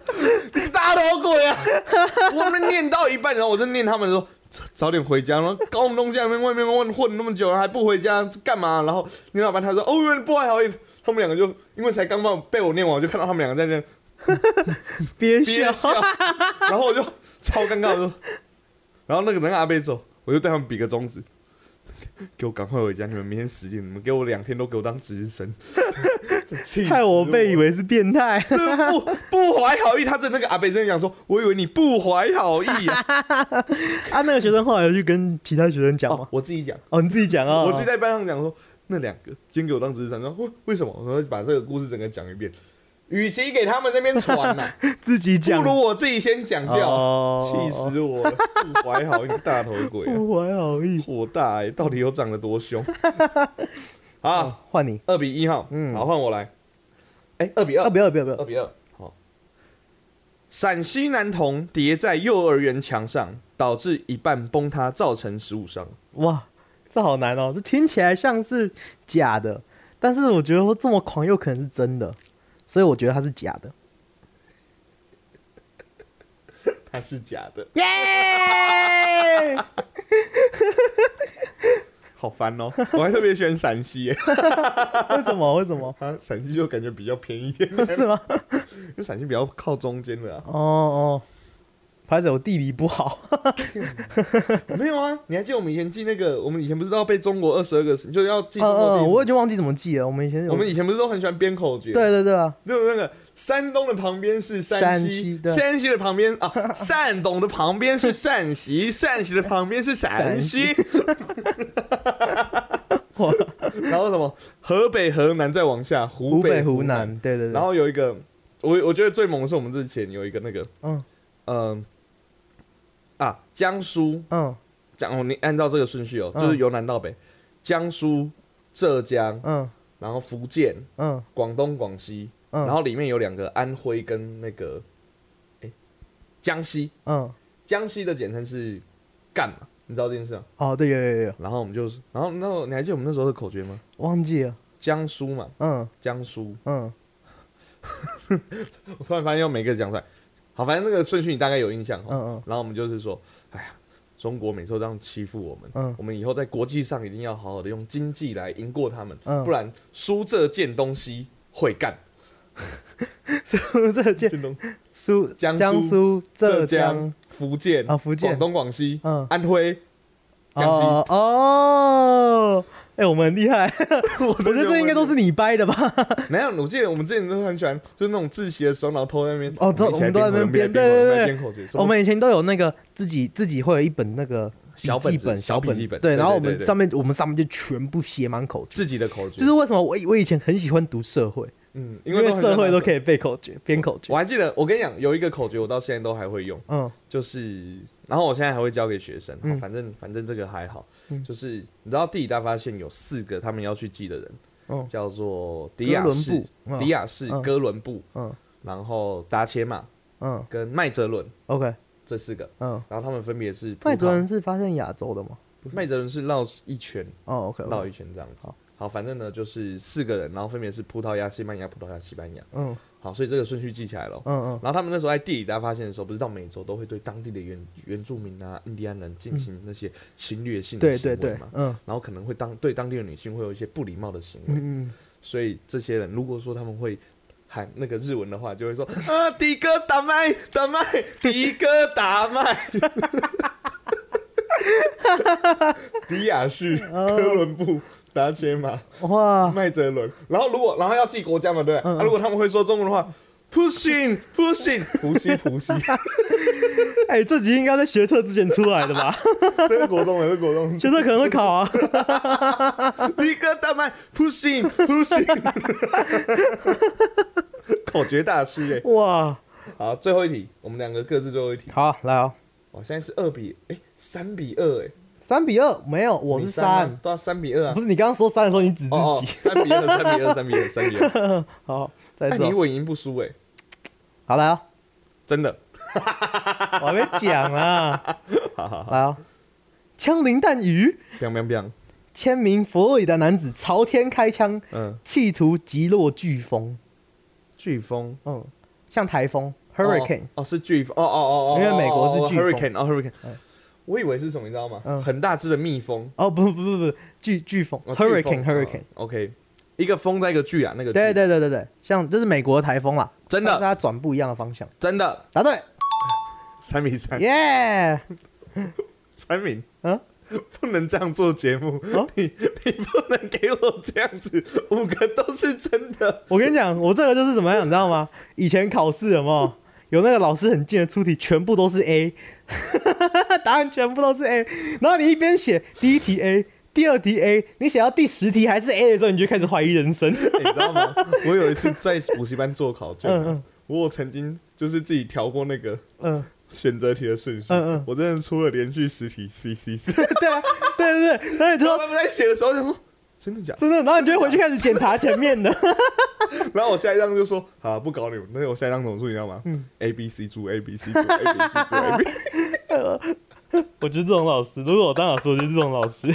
Speaker 3: 你个大头鬼啊！我们念到一半，然后我就念他们说。早早点回家，然后 (laughs) 搞什么东西？还啊没外面混混那么久，还不回家干嘛？然后念到一半，他说：“哦，你们不怀好意。”他们两个就因为才刚刚被我念完，我就看到他们两个在那
Speaker 1: 憋
Speaker 3: 憋
Speaker 1: 笑，
Speaker 3: (laughs) 笑，然后我就超尴尬，我就然后那个人阿贝走，我就对他们比个中指，给我赶快回家！你们明天十点，你们给我两天都给我当值日生， (laughs) 真气死
Speaker 1: 害我被以为是变态。
Speaker 3: 对不不怀好意。他真的那个阿贝真的讲说，我以为你不怀好意啊！
Speaker 1: (laughs) 啊，那个学生后来有去跟其他学生讲
Speaker 3: 哦
Speaker 1: 吗？
Speaker 3: 我自己讲，
Speaker 1: (laughs) 哦，你自己讲啊、
Speaker 3: 我自己在班上讲说，那两个今天给我当值日生，然后为什么？我说把这个故事整个讲一遍。与其给他们那边传呐、
Speaker 1: (laughs) 自己
Speaker 3: 不
Speaker 1: 讲，
Speaker 3: 如我自己先讲掉，气、
Speaker 1: 哦
Speaker 3: 死我了！不怀好意，大头鬼、
Speaker 1: (laughs)
Speaker 3: 啊！
Speaker 1: 不怀好意。
Speaker 3: 火大哎、到底有长得
Speaker 1: (laughs)
Speaker 3: 多凶？好，
Speaker 1: 换你，
Speaker 3: 二比一哈，
Speaker 1: 嗯
Speaker 3: 好换我来。哎、二比
Speaker 1: 啊，
Speaker 3: 二，
Speaker 1: 不要不要不
Speaker 3: 二
Speaker 1: 要，
Speaker 3: 比二，好。陕西男童叠在幼儿园墙上，导致一半崩塌，造成十五伤。
Speaker 1: 哇，这好难哦，这听起来像是假的，但是我觉得这么狂有可能是真的，所以我觉得它是假的。
Speaker 3: 它是假的，
Speaker 1: 耶！ (laughs)
Speaker 3: 好烦哦、我还特别喜欢陕西、欸， (laughs)
Speaker 1: 为什么？为什么？
Speaker 3: 啊，陕西就感觉比较偏一点，
Speaker 1: 是吗？
Speaker 3: 因为陕西比较靠中间的啊。
Speaker 1: 哦哦，拍着我地理不好。
Speaker 3: 没有啊，你还记得我们以前记那个，我们以前不是都要背中国二十二个省，就是要记
Speaker 1: 嗯
Speaker 3: 中
Speaker 1: 嗯，
Speaker 3: 国地
Speaker 1: 我已
Speaker 3: 图。啊
Speaker 1: 经忘记怎么记了。我们以前有
Speaker 3: 我们以前不是都很喜欢编口诀？
Speaker 1: 对对对啊，
Speaker 3: 就是那个山东的旁边是山
Speaker 1: 山
Speaker 3: 西
Speaker 1: 西，对
Speaker 3: 山西的旁边
Speaker 1: (laughs)
Speaker 3: 啊，山东的旁边是陕西，陕西的旁边是陕 (laughs) 西，
Speaker 1: 哇
Speaker 3: 然后什么河北、河南再往下，湖
Speaker 1: 湖北、
Speaker 3: 湖
Speaker 1: 湖南，对对对。
Speaker 3: 然后有一个，我我觉得最猛的是我们之前有一个那个，
Speaker 1: 嗯
Speaker 3: 嗯、啊，江苏，
Speaker 1: 嗯
Speaker 3: 江，哦你按照这个顺序哦，
Speaker 1: 嗯
Speaker 3: 就是由南到北，江苏、浙江，
Speaker 1: 嗯
Speaker 3: 然后福建、
Speaker 1: 嗯
Speaker 3: 广东、广西，
Speaker 1: 嗯，
Speaker 3: 然后里面有两个安徽跟那个，哎、江西，
Speaker 1: 嗯
Speaker 3: 江西的简称是干嘛，你知道这件事吗？
Speaker 1: 哦对有有有有
Speaker 3: 然后我们就是，然后那时候你还记得我们那时候的口诀吗？
Speaker 1: 忘记了。
Speaker 3: 江苏嘛，
Speaker 1: 嗯
Speaker 3: 江苏，
Speaker 1: 嗯
Speaker 3: 我突然发现要每个讲出来。好，反正那个顺序你大概有印象
Speaker 1: 嗯
Speaker 3: 哦。
Speaker 1: 嗯
Speaker 3: 然后我们就是说，哎呀，中国每次都这样欺负我们，
Speaker 1: 嗯
Speaker 3: 我们以后在国际上一定要好好的用经济来赢过他们，
Speaker 1: 嗯
Speaker 3: 不然输这件东西会干。
Speaker 1: (laughs) 苏浙江
Speaker 3: 这东
Speaker 1: 苏
Speaker 3: 江苏
Speaker 1: 嗯江苏浙江
Speaker 3: 江、福建
Speaker 1: 啊福建
Speaker 3: 广东、广西、
Speaker 1: 嗯
Speaker 3: 安徽、江西，
Speaker 1: 哦哦，哎我们很厉害，
Speaker 3: (laughs) 我
Speaker 1: 我觉得这应该都是你掰的吧？
Speaker 3: (laughs) 没有，我记得我们之前都很喜欢，就是那种自习的时候，然后偷在那边
Speaker 1: 哦都
Speaker 3: 一起来
Speaker 1: 我们都在那边
Speaker 3: 编口诀
Speaker 1: 编对对对
Speaker 3: 编口诀，什么
Speaker 1: 我们以前都有那个自己自己会有一本那个笔
Speaker 3: 小本
Speaker 1: 记
Speaker 3: 子
Speaker 1: 本、
Speaker 3: 小
Speaker 1: 小
Speaker 3: 笔
Speaker 1: 本
Speaker 3: 记
Speaker 1: 子
Speaker 3: 本对
Speaker 1: 对，然后
Speaker 3: 对
Speaker 1: 我们
Speaker 3: 对
Speaker 1: 上面我们上面就全部写满口诀，
Speaker 3: 自己的口诀，
Speaker 1: 就是为什么我以我以前很喜欢读社会，
Speaker 3: 嗯，
Speaker 1: 因
Speaker 3: 因为
Speaker 1: 为社会都可
Speaker 3: 以。
Speaker 1: 以背口诀、编口诀。
Speaker 3: 我还记得，我跟你讲，有一个口诀，我到现在都还会用，
Speaker 1: 嗯
Speaker 3: 就是，然后我现在还会教给学生，
Speaker 1: 嗯
Speaker 3: 反正反正这个还好，
Speaker 1: 嗯
Speaker 3: 就是你知道地理大发现有四个他们要去记的人，
Speaker 1: 嗯
Speaker 3: 叫做迪亚
Speaker 1: 哥
Speaker 3: 士、
Speaker 1: 伦布
Speaker 3: 迪亚士、
Speaker 1: 嗯
Speaker 3: 哥伦布，
Speaker 1: 嗯
Speaker 3: 然后达切马
Speaker 1: 嗯
Speaker 3: 跟麦哲伦
Speaker 1: ，OK，
Speaker 3: 这四个，
Speaker 1: 嗯，
Speaker 3: 然后他们分别是葡萄
Speaker 1: 麦哲伦，是发现亚洲的吗？
Speaker 3: 麦哲伦是绕一圈，
Speaker 1: 哦，OK，
Speaker 3: 绕一圈这样子
Speaker 1: 好。
Speaker 3: 好，反正呢就是四个人，然后分别是葡萄牙、西班牙、葡萄牙、西班牙。
Speaker 1: 嗯
Speaker 3: 好，所以这个顺序记起来了。
Speaker 1: 嗯嗯
Speaker 3: 然后他们那时候在地理大发现的时候，不是到美洲都会对当地的原原住民啊、印第安人进行那些侵略性的
Speaker 1: 对
Speaker 3: 行
Speaker 1: 对
Speaker 3: 为嘛？
Speaker 1: 对，嗯
Speaker 3: 然后可能会当对当地的女性会有一些不礼貌的行为，
Speaker 1: 嗯嗯，
Speaker 3: 所以这些人如果说他们会喊那个日文的话，就会说啊，迪哥打麦打麦，迪哥打麦，迪亚士、哥伦布、达切马、
Speaker 1: 嗯哇，
Speaker 3: 麦哲伦，然后如果然后要记国家嘛，对不对？
Speaker 1: 哦嗯嗯
Speaker 3: 啊，如果他们会说中文的话。Pushing, pushing，普西普西，
Speaker 1: (laughs) 哎，这集应该在学测之前出来的 (laughs) 吧？
Speaker 3: 这是国中的，这是
Speaker 1: (laughs)
Speaker 3: 国中的。
Speaker 1: 学测可能会考啊。
Speaker 3: 迪哥大麦，pushing, pushing，口诀大师哎、
Speaker 1: 哇，
Speaker 3: 好，最后一题，我们两个各自最后一题。
Speaker 1: 好，来哦，
Speaker 3: 哇，现在是二比哎三、3比二哎、
Speaker 1: 三比二，没有，我
Speaker 3: 你
Speaker 1: 是
Speaker 3: 啊
Speaker 1: 三，
Speaker 3: 对啊，三比二啊
Speaker 1: 不。是你刚刚说三的时候，你指自
Speaker 3: 哦哦，
Speaker 1: 己。
Speaker 3: 三比二，三比二， (laughs) 三比二，三比二。
Speaker 1: 好，再
Speaker 3: 那
Speaker 1: 说
Speaker 3: 你，稳赢不输哎、
Speaker 1: 好来 (laughs) 啊，
Speaker 3: 真的。
Speaker 1: 我还没讲啊，
Speaker 3: 好好
Speaker 1: (laughs)
Speaker 3: 好，
Speaker 1: 来啊，枪林弹雨，
Speaker 3: biang biang biang，
Speaker 1: 千名佛罗里达男子朝天开枪，
Speaker 3: 嗯，
Speaker 1: 企图击落飓风，
Speaker 3: 飓风
Speaker 1: 嗯，像台风 hurricane，
Speaker 3: 哦哦是飓风哦哦哦哦，
Speaker 1: 因为美国是
Speaker 3: 哦哦
Speaker 1: 飓风
Speaker 3: hurricane 哦 hurricane，
Speaker 1: 嗯
Speaker 3: 我以为是什么你知道吗？
Speaker 1: 嗯
Speaker 3: 很大只的蜜蜂
Speaker 1: 哦不不不不，飓飓风
Speaker 3: 哦
Speaker 1: hurricane
Speaker 3: 飓风
Speaker 1: hurricane，
Speaker 3: 哦 OK，一个风在一个巨啊，那个
Speaker 1: 对
Speaker 3: 巨
Speaker 1: 对对对对，像就是美国的台风啦，
Speaker 3: 真
Speaker 1: 但是
Speaker 3: 的
Speaker 1: 它转不一样的方向，
Speaker 3: 真的
Speaker 1: 答对，
Speaker 3: 三比三，
Speaker 1: 耶！
Speaker 3: 产品
Speaker 1: 啊，
Speaker 3: 不能这样做节目，
Speaker 1: 啊
Speaker 3: 你你不能给我这样子，五个都是真的，
Speaker 1: 我跟你讲，我这个就是怎么样，你知道吗？以前考试有没有有那个老师很贱的出题，全部都是 A，答案全部都是 A。然后你一边写第一题 A，第二题 A，你写到第十题还是 A 的时候，你就开始怀疑人生。
Speaker 3: 你知
Speaker 1: (laughs)
Speaker 3: 道吗？我有一次在补习班做考卷啊、
Speaker 1: 嗯嗯
Speaker 3: 我有曾经就是自己调过那个
Speaker 1: 嗯，
Speaker 3: 选择题的顺序，
Speaker 1: 嗯嗯
Speaker 3: 我真的出了连续十题 C C C，
Speaker 1: (laughs) 对啊，对对对。然后你
Speaker 3: 然
Speaker 1: (laughs) 说
Speaker 3: 后他们在写的时候就说真的假的？
Speaker 1: 真的，然后你就会回去开始检查前面的。
Speaker 3: 然后我下一张就说好啊不搞你们，那我下一张怎么做你知道吗？
Speaker 1: 嗯
Speaker 3: a B C 猪 A B C 猪 A B C
Speaker 1: (laughs)
Speaker 3: 猪 A B，
Speaker 1: 我觉得这种老师，如果我当老师，我就是这种老师。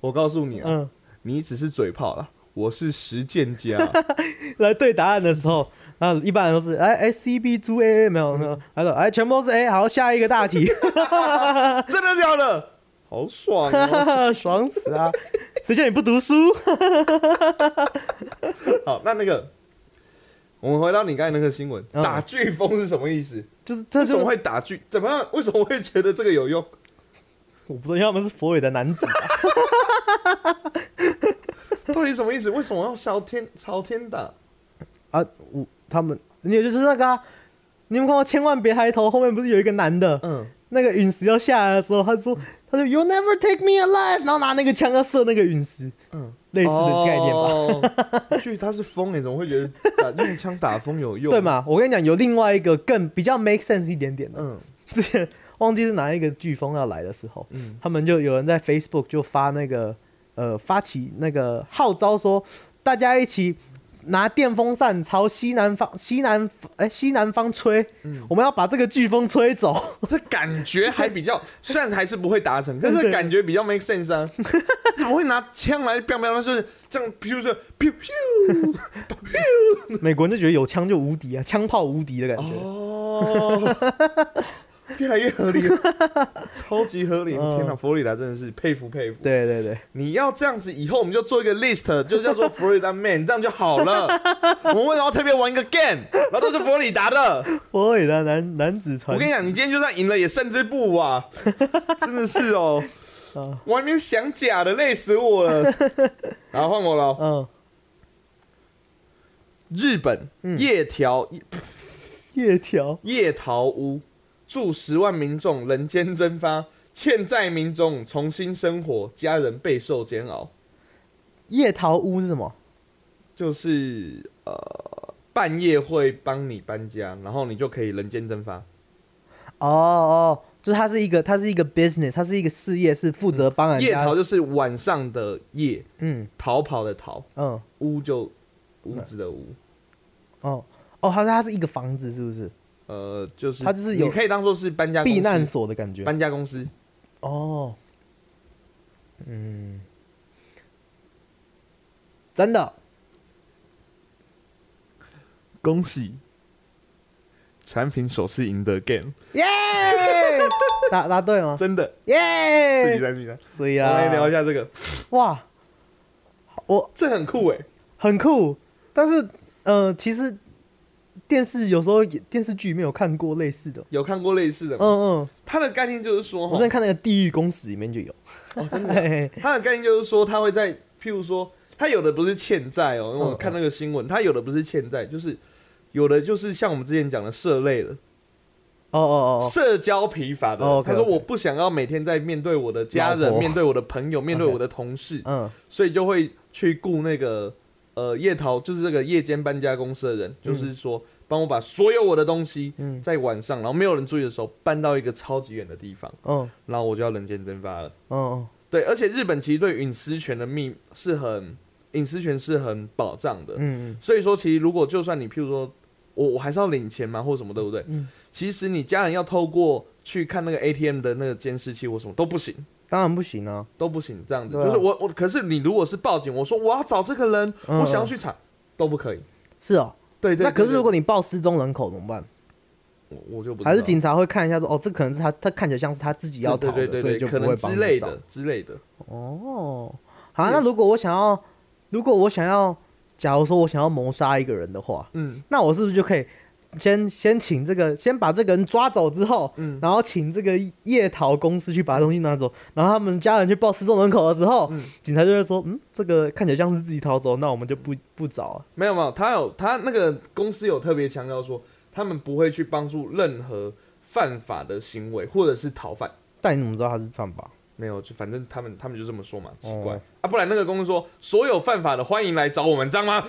Speaker 3: 我告诉你啊，
Speaker 1: 嗯，
Speaker 3: 你只是嘴炮啦，我是实践家。
Speaker 1: (laughs) 来对答案的时候，然后一般人都是哎哎 C B 猪 A A 没有没有，他说哎全部都是 A，好下一个大题。
Speaker 3: 真的假的？好
Speaker 1: (laughs)
Speaker 3: 爽哦！
Speaker 1: 爽死啊！谁叫你不读书？ (laughs)
Speaker 3: 好，那那个，我们回到你刚才那个新闻，
Speaker 1: 嗯
Speaker 3: 打飓风是什么意思？
Speaker 1: 就是这
Speaker 3: 为什
Speaker 1: 就
Speaker 3: 么
Speaker 1: 是
Speaker 3: 会打飓？怎么样？为什么会觉得这个
Speaker 1: (laughs)
Speaker 3: 有用？
Speaker 1: 我不知道，要么是佛尾的男子，
Speaker 3: 到底什么意思？为什么要朝天朝天打？
Speaker 1: 啊他们也就是那个啊、你们看过《千万别抬头》后面不是有一个男的，
Speaker 3: 嗯，
Speaker 1: 那个陨石要下来的时候，他说他说 You never take me alive，然后拿那个枪要射那个陨石，
Speaker 3: 嗯
Speaker 1: 嗯，类似的概念吧。
Speaker 3: 吧。去，他是风哎，怎么会觉得打用枪打风有用？
Speaker 1: 对？嘛？我跟你讲，有另外一个更比较 make sense 一点点的，
Speaker 3: 嗯
Speaker 1: 之前忘记是哪一个飓风要来的时候，
Speaker 3: 嗯
Speaker 1: 他们就有人在 Facebook 就发那个呃发起那个号召说，大家一起拿电风扇朝西南方西南哎、西南方吹，
Speaker 3: 嗯，
Speaker 1: 我们要把这个飓风吹走。
Speaker 3: 这感觉还
Speaker 1: (laughs)
Speaker 3: 比较，虽然还是不会达成，但是
Speaker 1: 对
Speaker 3: 感觉比较 make sense 啊。怎么会拿枪来 biang biang？就是这样，比如说 biu biu。嗯
Speaker 1: (laughs) 美国人就觉得有枪就无敌啊，枪炮无敌的感觉。
Speaker 3: 哦， (laughs) 越来越合理了，
Speaker 1: (laughs)
Speaker 3: 超级合理！
Speaker 1: 嗯
Speaker 3: 天哪，佛罗里达真的是佩服佩服。，
Speaker 1: 对对对，
Speaker 3: 你要这样子，以后我们就做一个 list，就叫做佛罗里达 man，这样就好 (laughs) 了。我们为什么要特别玩一个 game？然后都是佛罗里达的。
Speaker 1: 佛罗里达男男子
Speaker 3: 我
Speaker 1: 传
Speaker 3: 跟你讲，你今天就算赢了，也胜之不武 (laughs) 啊！真的是 (laughs) 哦，
Speaker 1: 啊，
Speaker 3: 我还没想假的，累死我 (laughs) 了。然后换我了哦，
Speaker 1: 嗯，
Speaker 3: 日本
Speaker 1: 嗯
Speaker 3: 夜条
Speaker 1: 夜条
Speaker 3: 夜桃屋，祝十万民众人间蒸发，欠债民众重新生活，家人备受煎熬。
Speaker 1: 夜桃屋是什么？
Speaker 3: 就是呃，半夜会帮你搬家，然后你就可以人间蒸发。
Speaker 1: 哦哦，就是它是一个，它是一个 business，它是一个事嗯业，是负责帮人
Speaker 3: 夜
Speaker 1: 家。
Speaker 3: 桃就是晚上的夜，
Speaker 1: 嗯
Speaker 3: 逃跑的逃，
Speaker 1: 嗯
Speaker 3: 屋就屋子的屋。
Speaker 1: 哦哦，它是它是一个房子，是不是
Speaker 3: 呃，就是
Speaker 1: 它就是有
Speaker 3: 你可以当做是搬家公司
Speaker 1: 避难所的感觉？
Speaker 3: 搬家公司。
Speaker 1: 哦，嗯，真的
Speaker 3: 恭喜，产品首次赢得 game，
Speaker 1: (laughs) 耶，答答对吗？
Speaker 3: 真的四比
Speaker 1: 耶，
Speaker 3: 三四比三。
Speaker 1: 所以
Speaker 3: 我们来聊一
Speaker 1: 啊，
Speaker 3: 下这个，
Speaker 1: 哇，我
Speaker 3: 这很酷哎、
Speaker 1: 很酷，但是呃，其实电视有时候也电视剧没有看过类似的。
Speaker 3: 有看过类似的
Speaker 1: 嗯
Speaker 3: 吗？
Speaker 1: 嗯，
Speaker 3: 它的概念就是说，
Speaker 1: 我
Speaker 3: 哈
Speaker 1: 之前，看那个《地狱公使》里面就
Speaker 3: (laughs)
Speaker 1: 有，
Speaker 3: 哦，真的，
Speaker 1: 嘿嘿
Speaker 3: 它的概念就是说，它会在，譬如说，它有的不是欠债哦，因为
Speaker 1: 嗯
Speaker 3: 我看那个新闻，它有的不是欠债，就是有的就是像我们之前讲的社类的，
Speaker 1: 哦哦 (laughs) 哦，
Speaker 3: 社交疲乏的
Speaker 1: 哦，OK，
Speaker 3: 人。他说
Speaker 1: OK
Speaker 3: 我不想要每天在面对我的家
Speaker 1: 老
Speaker 3: 人、
Speaker 1: 婆
Speaker 3: 面对我的朋友、面对我的同事，
Speaker 1: 嗯
Speaker 3: 所以就会去雇那个呃夜逃，就是这个夜间搬家公司的人，就是说帮我把所有我的东西
Speaker 1: 嗯
Speaker 3: 在晚上，然后没有人注意的时候搬到一个超级远的地方，
Speaker 1: 嗯
Speaker 3: 然后我就要人间蒸发了。
Speaker 1: 嗯嗯，
Speaker 3: 对，而且日本其实对隐私权的密是很隐私权是很保障的，
Speaker 1: 嗯
Speaker 3: 所以说其实如果就算你譬如说我我还是要领钱嘛，或什么对不对？
Speaker 1: 嗯
Speaker 3: 其实你家人要透过去看那个 ATM 的那个监视器或什么都不行，
Speaker 1: 当然不行啊，
Speaker 3: 都不行这样子。
Speaker 1: 对啊
Speaker 3: 就是我我可是你如果是报警，我说我要找这个人，
Speaker 1: 嗯
Speaker 3: 我想要去查，都不可以。
Speaker 1: 是哦。
Speaker 3: 对对
Speaker 1: 那可是如果
Speaker 3: 你
Speaker 1: 你报失踪人口怎么办？
Speaker 3: 我我就不知道
Speaker 1: 还是警察会看一下说，哦，这可能是他，他看起来像是他自己要逃的，
Speaker 3: 对对对
Speaker 1: 所
Speaker 3: 对
Speaker 1: 以就
Speaker 3: 对，可
Speaker 1: 不
Speaker 3: 能
Speaker 1: 会
Speaker 3: 之
Speaker 1: 帮你
Speaker 3: 类
Speaker 1: 找
Speaker 3: 的。之类的。
Speaker 1: 哦，好、啊，那如果我想要，如果我想要，假如说我想要谋杀一个人的话，
Speaker 3: 嗯，
Speaker 1: 那我是不是就可以先先请这个，先把这个人抓走之后，
Speaker 3: 嗯
Speaker 1: 然后请这个夜逃公司去把东西拿走，然后他们家人去报失踪人口的时候，
Speaker 3: 嗯
Speaker 1: 警察就会说，嗯，这个看起来像是自己逃走，那我们就不不找啊了。
Speaker 3: 没有没有，他有他那个公司有特别强调说，他们不会去帮助任何犯法的行为或者是逃犯。
Speaker 1: 但你怎么知道他是犯法？ (laughs)
Speaker 3: 没有，就反正他们他们就这么说嘛，奇怪、
Speaker 1: 哦
Speaker 3: 啊！不然那个公司说所有犯法的欢迎来找我们，知道吗？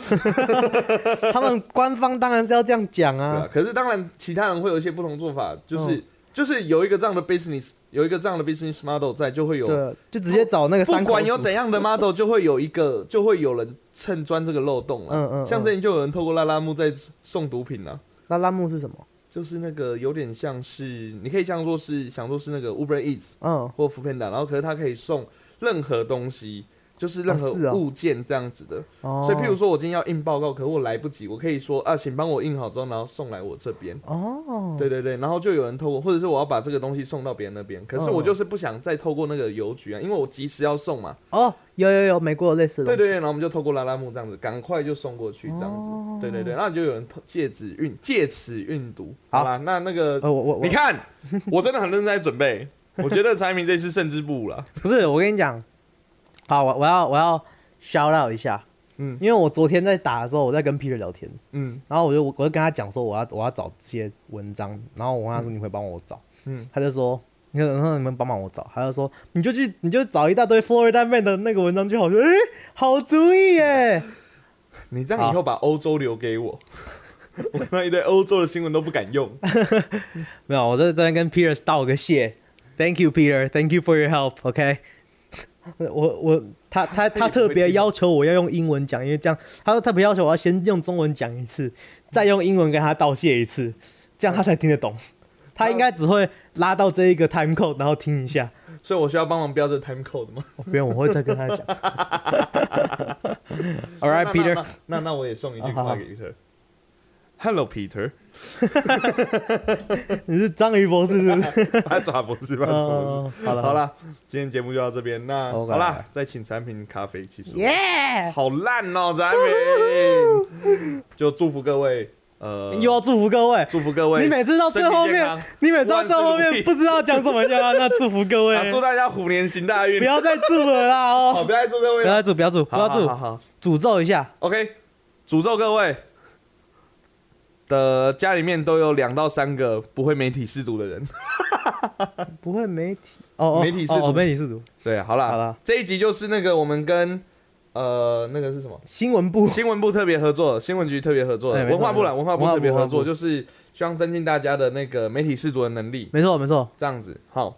Speaker 1: 他们官方当然是要这样讲
Speaker 3: 对啊
Speaker 1: 啊，，
Speaker 3: 可是当然其他人会有一些不同做法，就是、
Speaker 1: 嗯
Speaker 3: 就是有一个这样的 business，有一个这样的 business model 在，啊就会有
Speaker 1: 对，啊就直接找那个
Speaker 3: 不
Speaker 1: 三口
Speaker 3: 管有
Speaker 1: 组
Speaker 3: 怎样的 model，就会有一个就会有人趁钻这个漏洞了。
Speaker 1: 嗯嗯嗯
Speaker 3: 像之前就有人透过拉拉木在送毒品啊，
Speaker 1: 那拉木是什么？
Speaker 3: 就是那个有点像是你可以这样说是想说是那个 Uber Eats
Speaker 1: 嗯，
Speaker 3: 或 f o o p a n d a 然后可是它可以送任何东西。就是任何
Speaker 1: 哦是哦
Speaker 3: 物件这样子的，
Speaker 1: 哦，
Speaker 3: 所以譬如说我今天要印报告，可是我来不及，我可以说啊，请帮我印好之后，然后送来我这边。
Speaker 1: 哦，
Speaker 3: 对对对，然后就有人透过，或者是我要把这个东西送到别人那边，可
Speaker 1: 哦
Speaker 3: 是我就是不想再透过那个邮局啊，因为我及时要送嘛。
Speaker 1: 哦，有有有，美国有类似的
Speaker 3: 对
Speaker 1: 东西，
Speaker 3: 对对，然后我们就透过拉拉木这样子，赶快就送过去这样子。
Speaker 1: 哦
Speaker 3: 对对对，那就有人透借此运借此运毒。
Speaker 1: 好
Speaker 3: 好啦，那那个、
Speaker 1: 呃，我我我
Speaker 3: 你看，我真的很认真在准备，我觉得柴明这次胜之不武了。
Speaker 1: 不是，我跟你讲，好，我我要我要 shout out 一下，
Speaker 3: 嗯
Speaker 1: 因为我昨天在打的时候，我在跟 Peter 聊天，
Speaker 3: 嗯
Speaker 1: 然后我就我就跟他讲说我要我要找这些文章，然后我跟他说你会帮我找，
Speaker 3: 嗯
Speaker 1: 他就说。你看，你们帮帮我找，他就说你就去，你就找一大堆 Florida Man 的那个文章就好。我说，哎、好主意耶！
Speaker 3: 你这样以后把欧洲留给我， (laughs) 我看到一堆欧洲的新闻都不敢用。
Speaker 1: 没有，我在这边跟 Peter 道个谢，Thank you Peter，Thank you for your help，OK、我我他他他特别要求我要用英文讲，因为这样，他说特别要求我要先用中文讲一次，再用英文跟他道谢一次，这样他才听得懂。他应该只会拉到这一个 time code，然后听一下。
Speaker 3: 所以我需要帮忙标这 time code 吗
Speaker 1: 哦不用，我会再跟他讲。All right,
Speaker 3: 那
Speaker 1: Peter。啊
Speaker 3: 那那那我也送一句
Speaker 1: 好好
Speaker 3: 话给 Peter。Hello Peter，
Speaker 1: 你是章鱼博士是不是？
Speaker 3: 八爪博士，八爪博
Speaker 1: 哦，好
Speaker 3: 士。
Speaker 1: 了
Speaker 3: 好，啦，今天节目就到这边。那
Speaker 1: OK
Speaker 3: 好啦，再请产品咖啡技术。
Speaker 1: 耶！Yeah!
Speaker 3: 好烂哦，产品。就祝福各位，呃，
Speaker 1: (laughs) 又要祝福各位，
Speaker 3: 祝福各位。
Speaker 1: 你每次到最后
Speaker 3: 身体健
Speaker 1: 面
Speaker 3: 康，
Speaker 1: 你每次到
Speaker 3: 万事
Speaker 1: 最后
Speaker 3: 如
Speaker 1: 面
Speaker 3: 意
Speaker 1: 不知道讲什么下， (laughs) 那祝福各
Speaker 3: (laughs)
Speaker 1: 位
Speaker 3: 啊，，祝大家虎年行大运
Speaker 1: 不。要再祝了啦
Speaker 3: (laughs) 好，
Speaker 1: 哦，
Speaker 3: 不要再祝各位
Speaker 1: 不要
Speaker 3: 了。
Speaker 1: 再祝，不要祝，不要
Speaker 3: 好好
Speaker 1: 祝
Speaker 3: 好，好
Speaker 1: 诅咒一下，
Speaker 3: ，OK，诅咒各位的家里面都有两到三个不会媒体试读的人。 (laughs)
Speaker 1: 不会媒体哦哦，
Speaker 3: 媒体是
Speaker 1: 哦
Speaker 3: 毒
Speaker 1: 哦媒体是主
Speaker 3: 对，好啦，
Speaker 1: 好啦
Speaker 3: 这一集就是那个我们跟呃那个是什么
Speaker 1: 新闻部，
Speaker 3: 新闻部特别合作，新闻局特别合作的，
Speaker 1: 哎没错
Speaker 3: 文化部啦，
Speaker 1: 没
Speaker 3: 文
Speaker 1: 错
Speaker 3: 化部特别合
Speaker 1: 文化
Speaker 3: 作，
Speaker 1: 部
Speaker 3: 就是希望增进大家的那个媒体试读的能力，
Speaker 1: 没错没错，
Speaker 3: 这样子，好。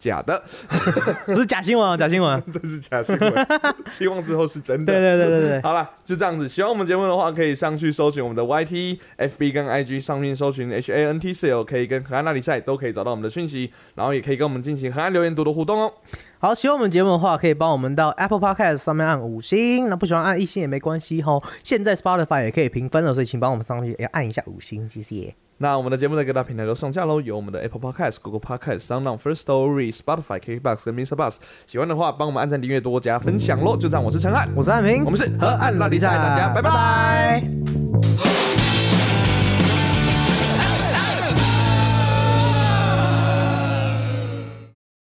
Speaker 3: 假的， (laughs)
Speaker 1: 这是假新闻啊，假新闻啊，
Speaker 3: 这是假
Speaker 1: (laughs)
Speaker 3: 新闻，希望之后是真
Speaker 1: 对
Speaker 3: 的。
Speaker 1: 对对对对，
Speaker 3: (laughs) 好了，就这样子。喜欢我们节目的话，可以上去搜寻我们的 YT、FB 跟 IG，上面搜寻 HANT C L，可以跟河岸那里赛都可以找到我们的讯息，然后也可以跟我们进行河岸留言读的互动哦。
Speaker 1: 好，喜欢我们节目的话，可以帮我们到 Apple Podcast 上面按五星，那不喜欢按一星也没关系吼，现在 Spotify 也可以评分了，所以请帮我们上去也哎按一下五星，谢谢。
Speaker 3: 那我们的节目在各大平台都上架喽，有我们的 Apple Podcast、Google Podcast、SoundOn、First Story、Spotify、KKBox 跟 Mr. Bus。喜欢的话，帮我们按赞、订阅、多加分享喽。就这样，我是陈汉，
Speaker 1: 我是安平
Speaker 3: 我，们是河岸拉力赛，大家拜拜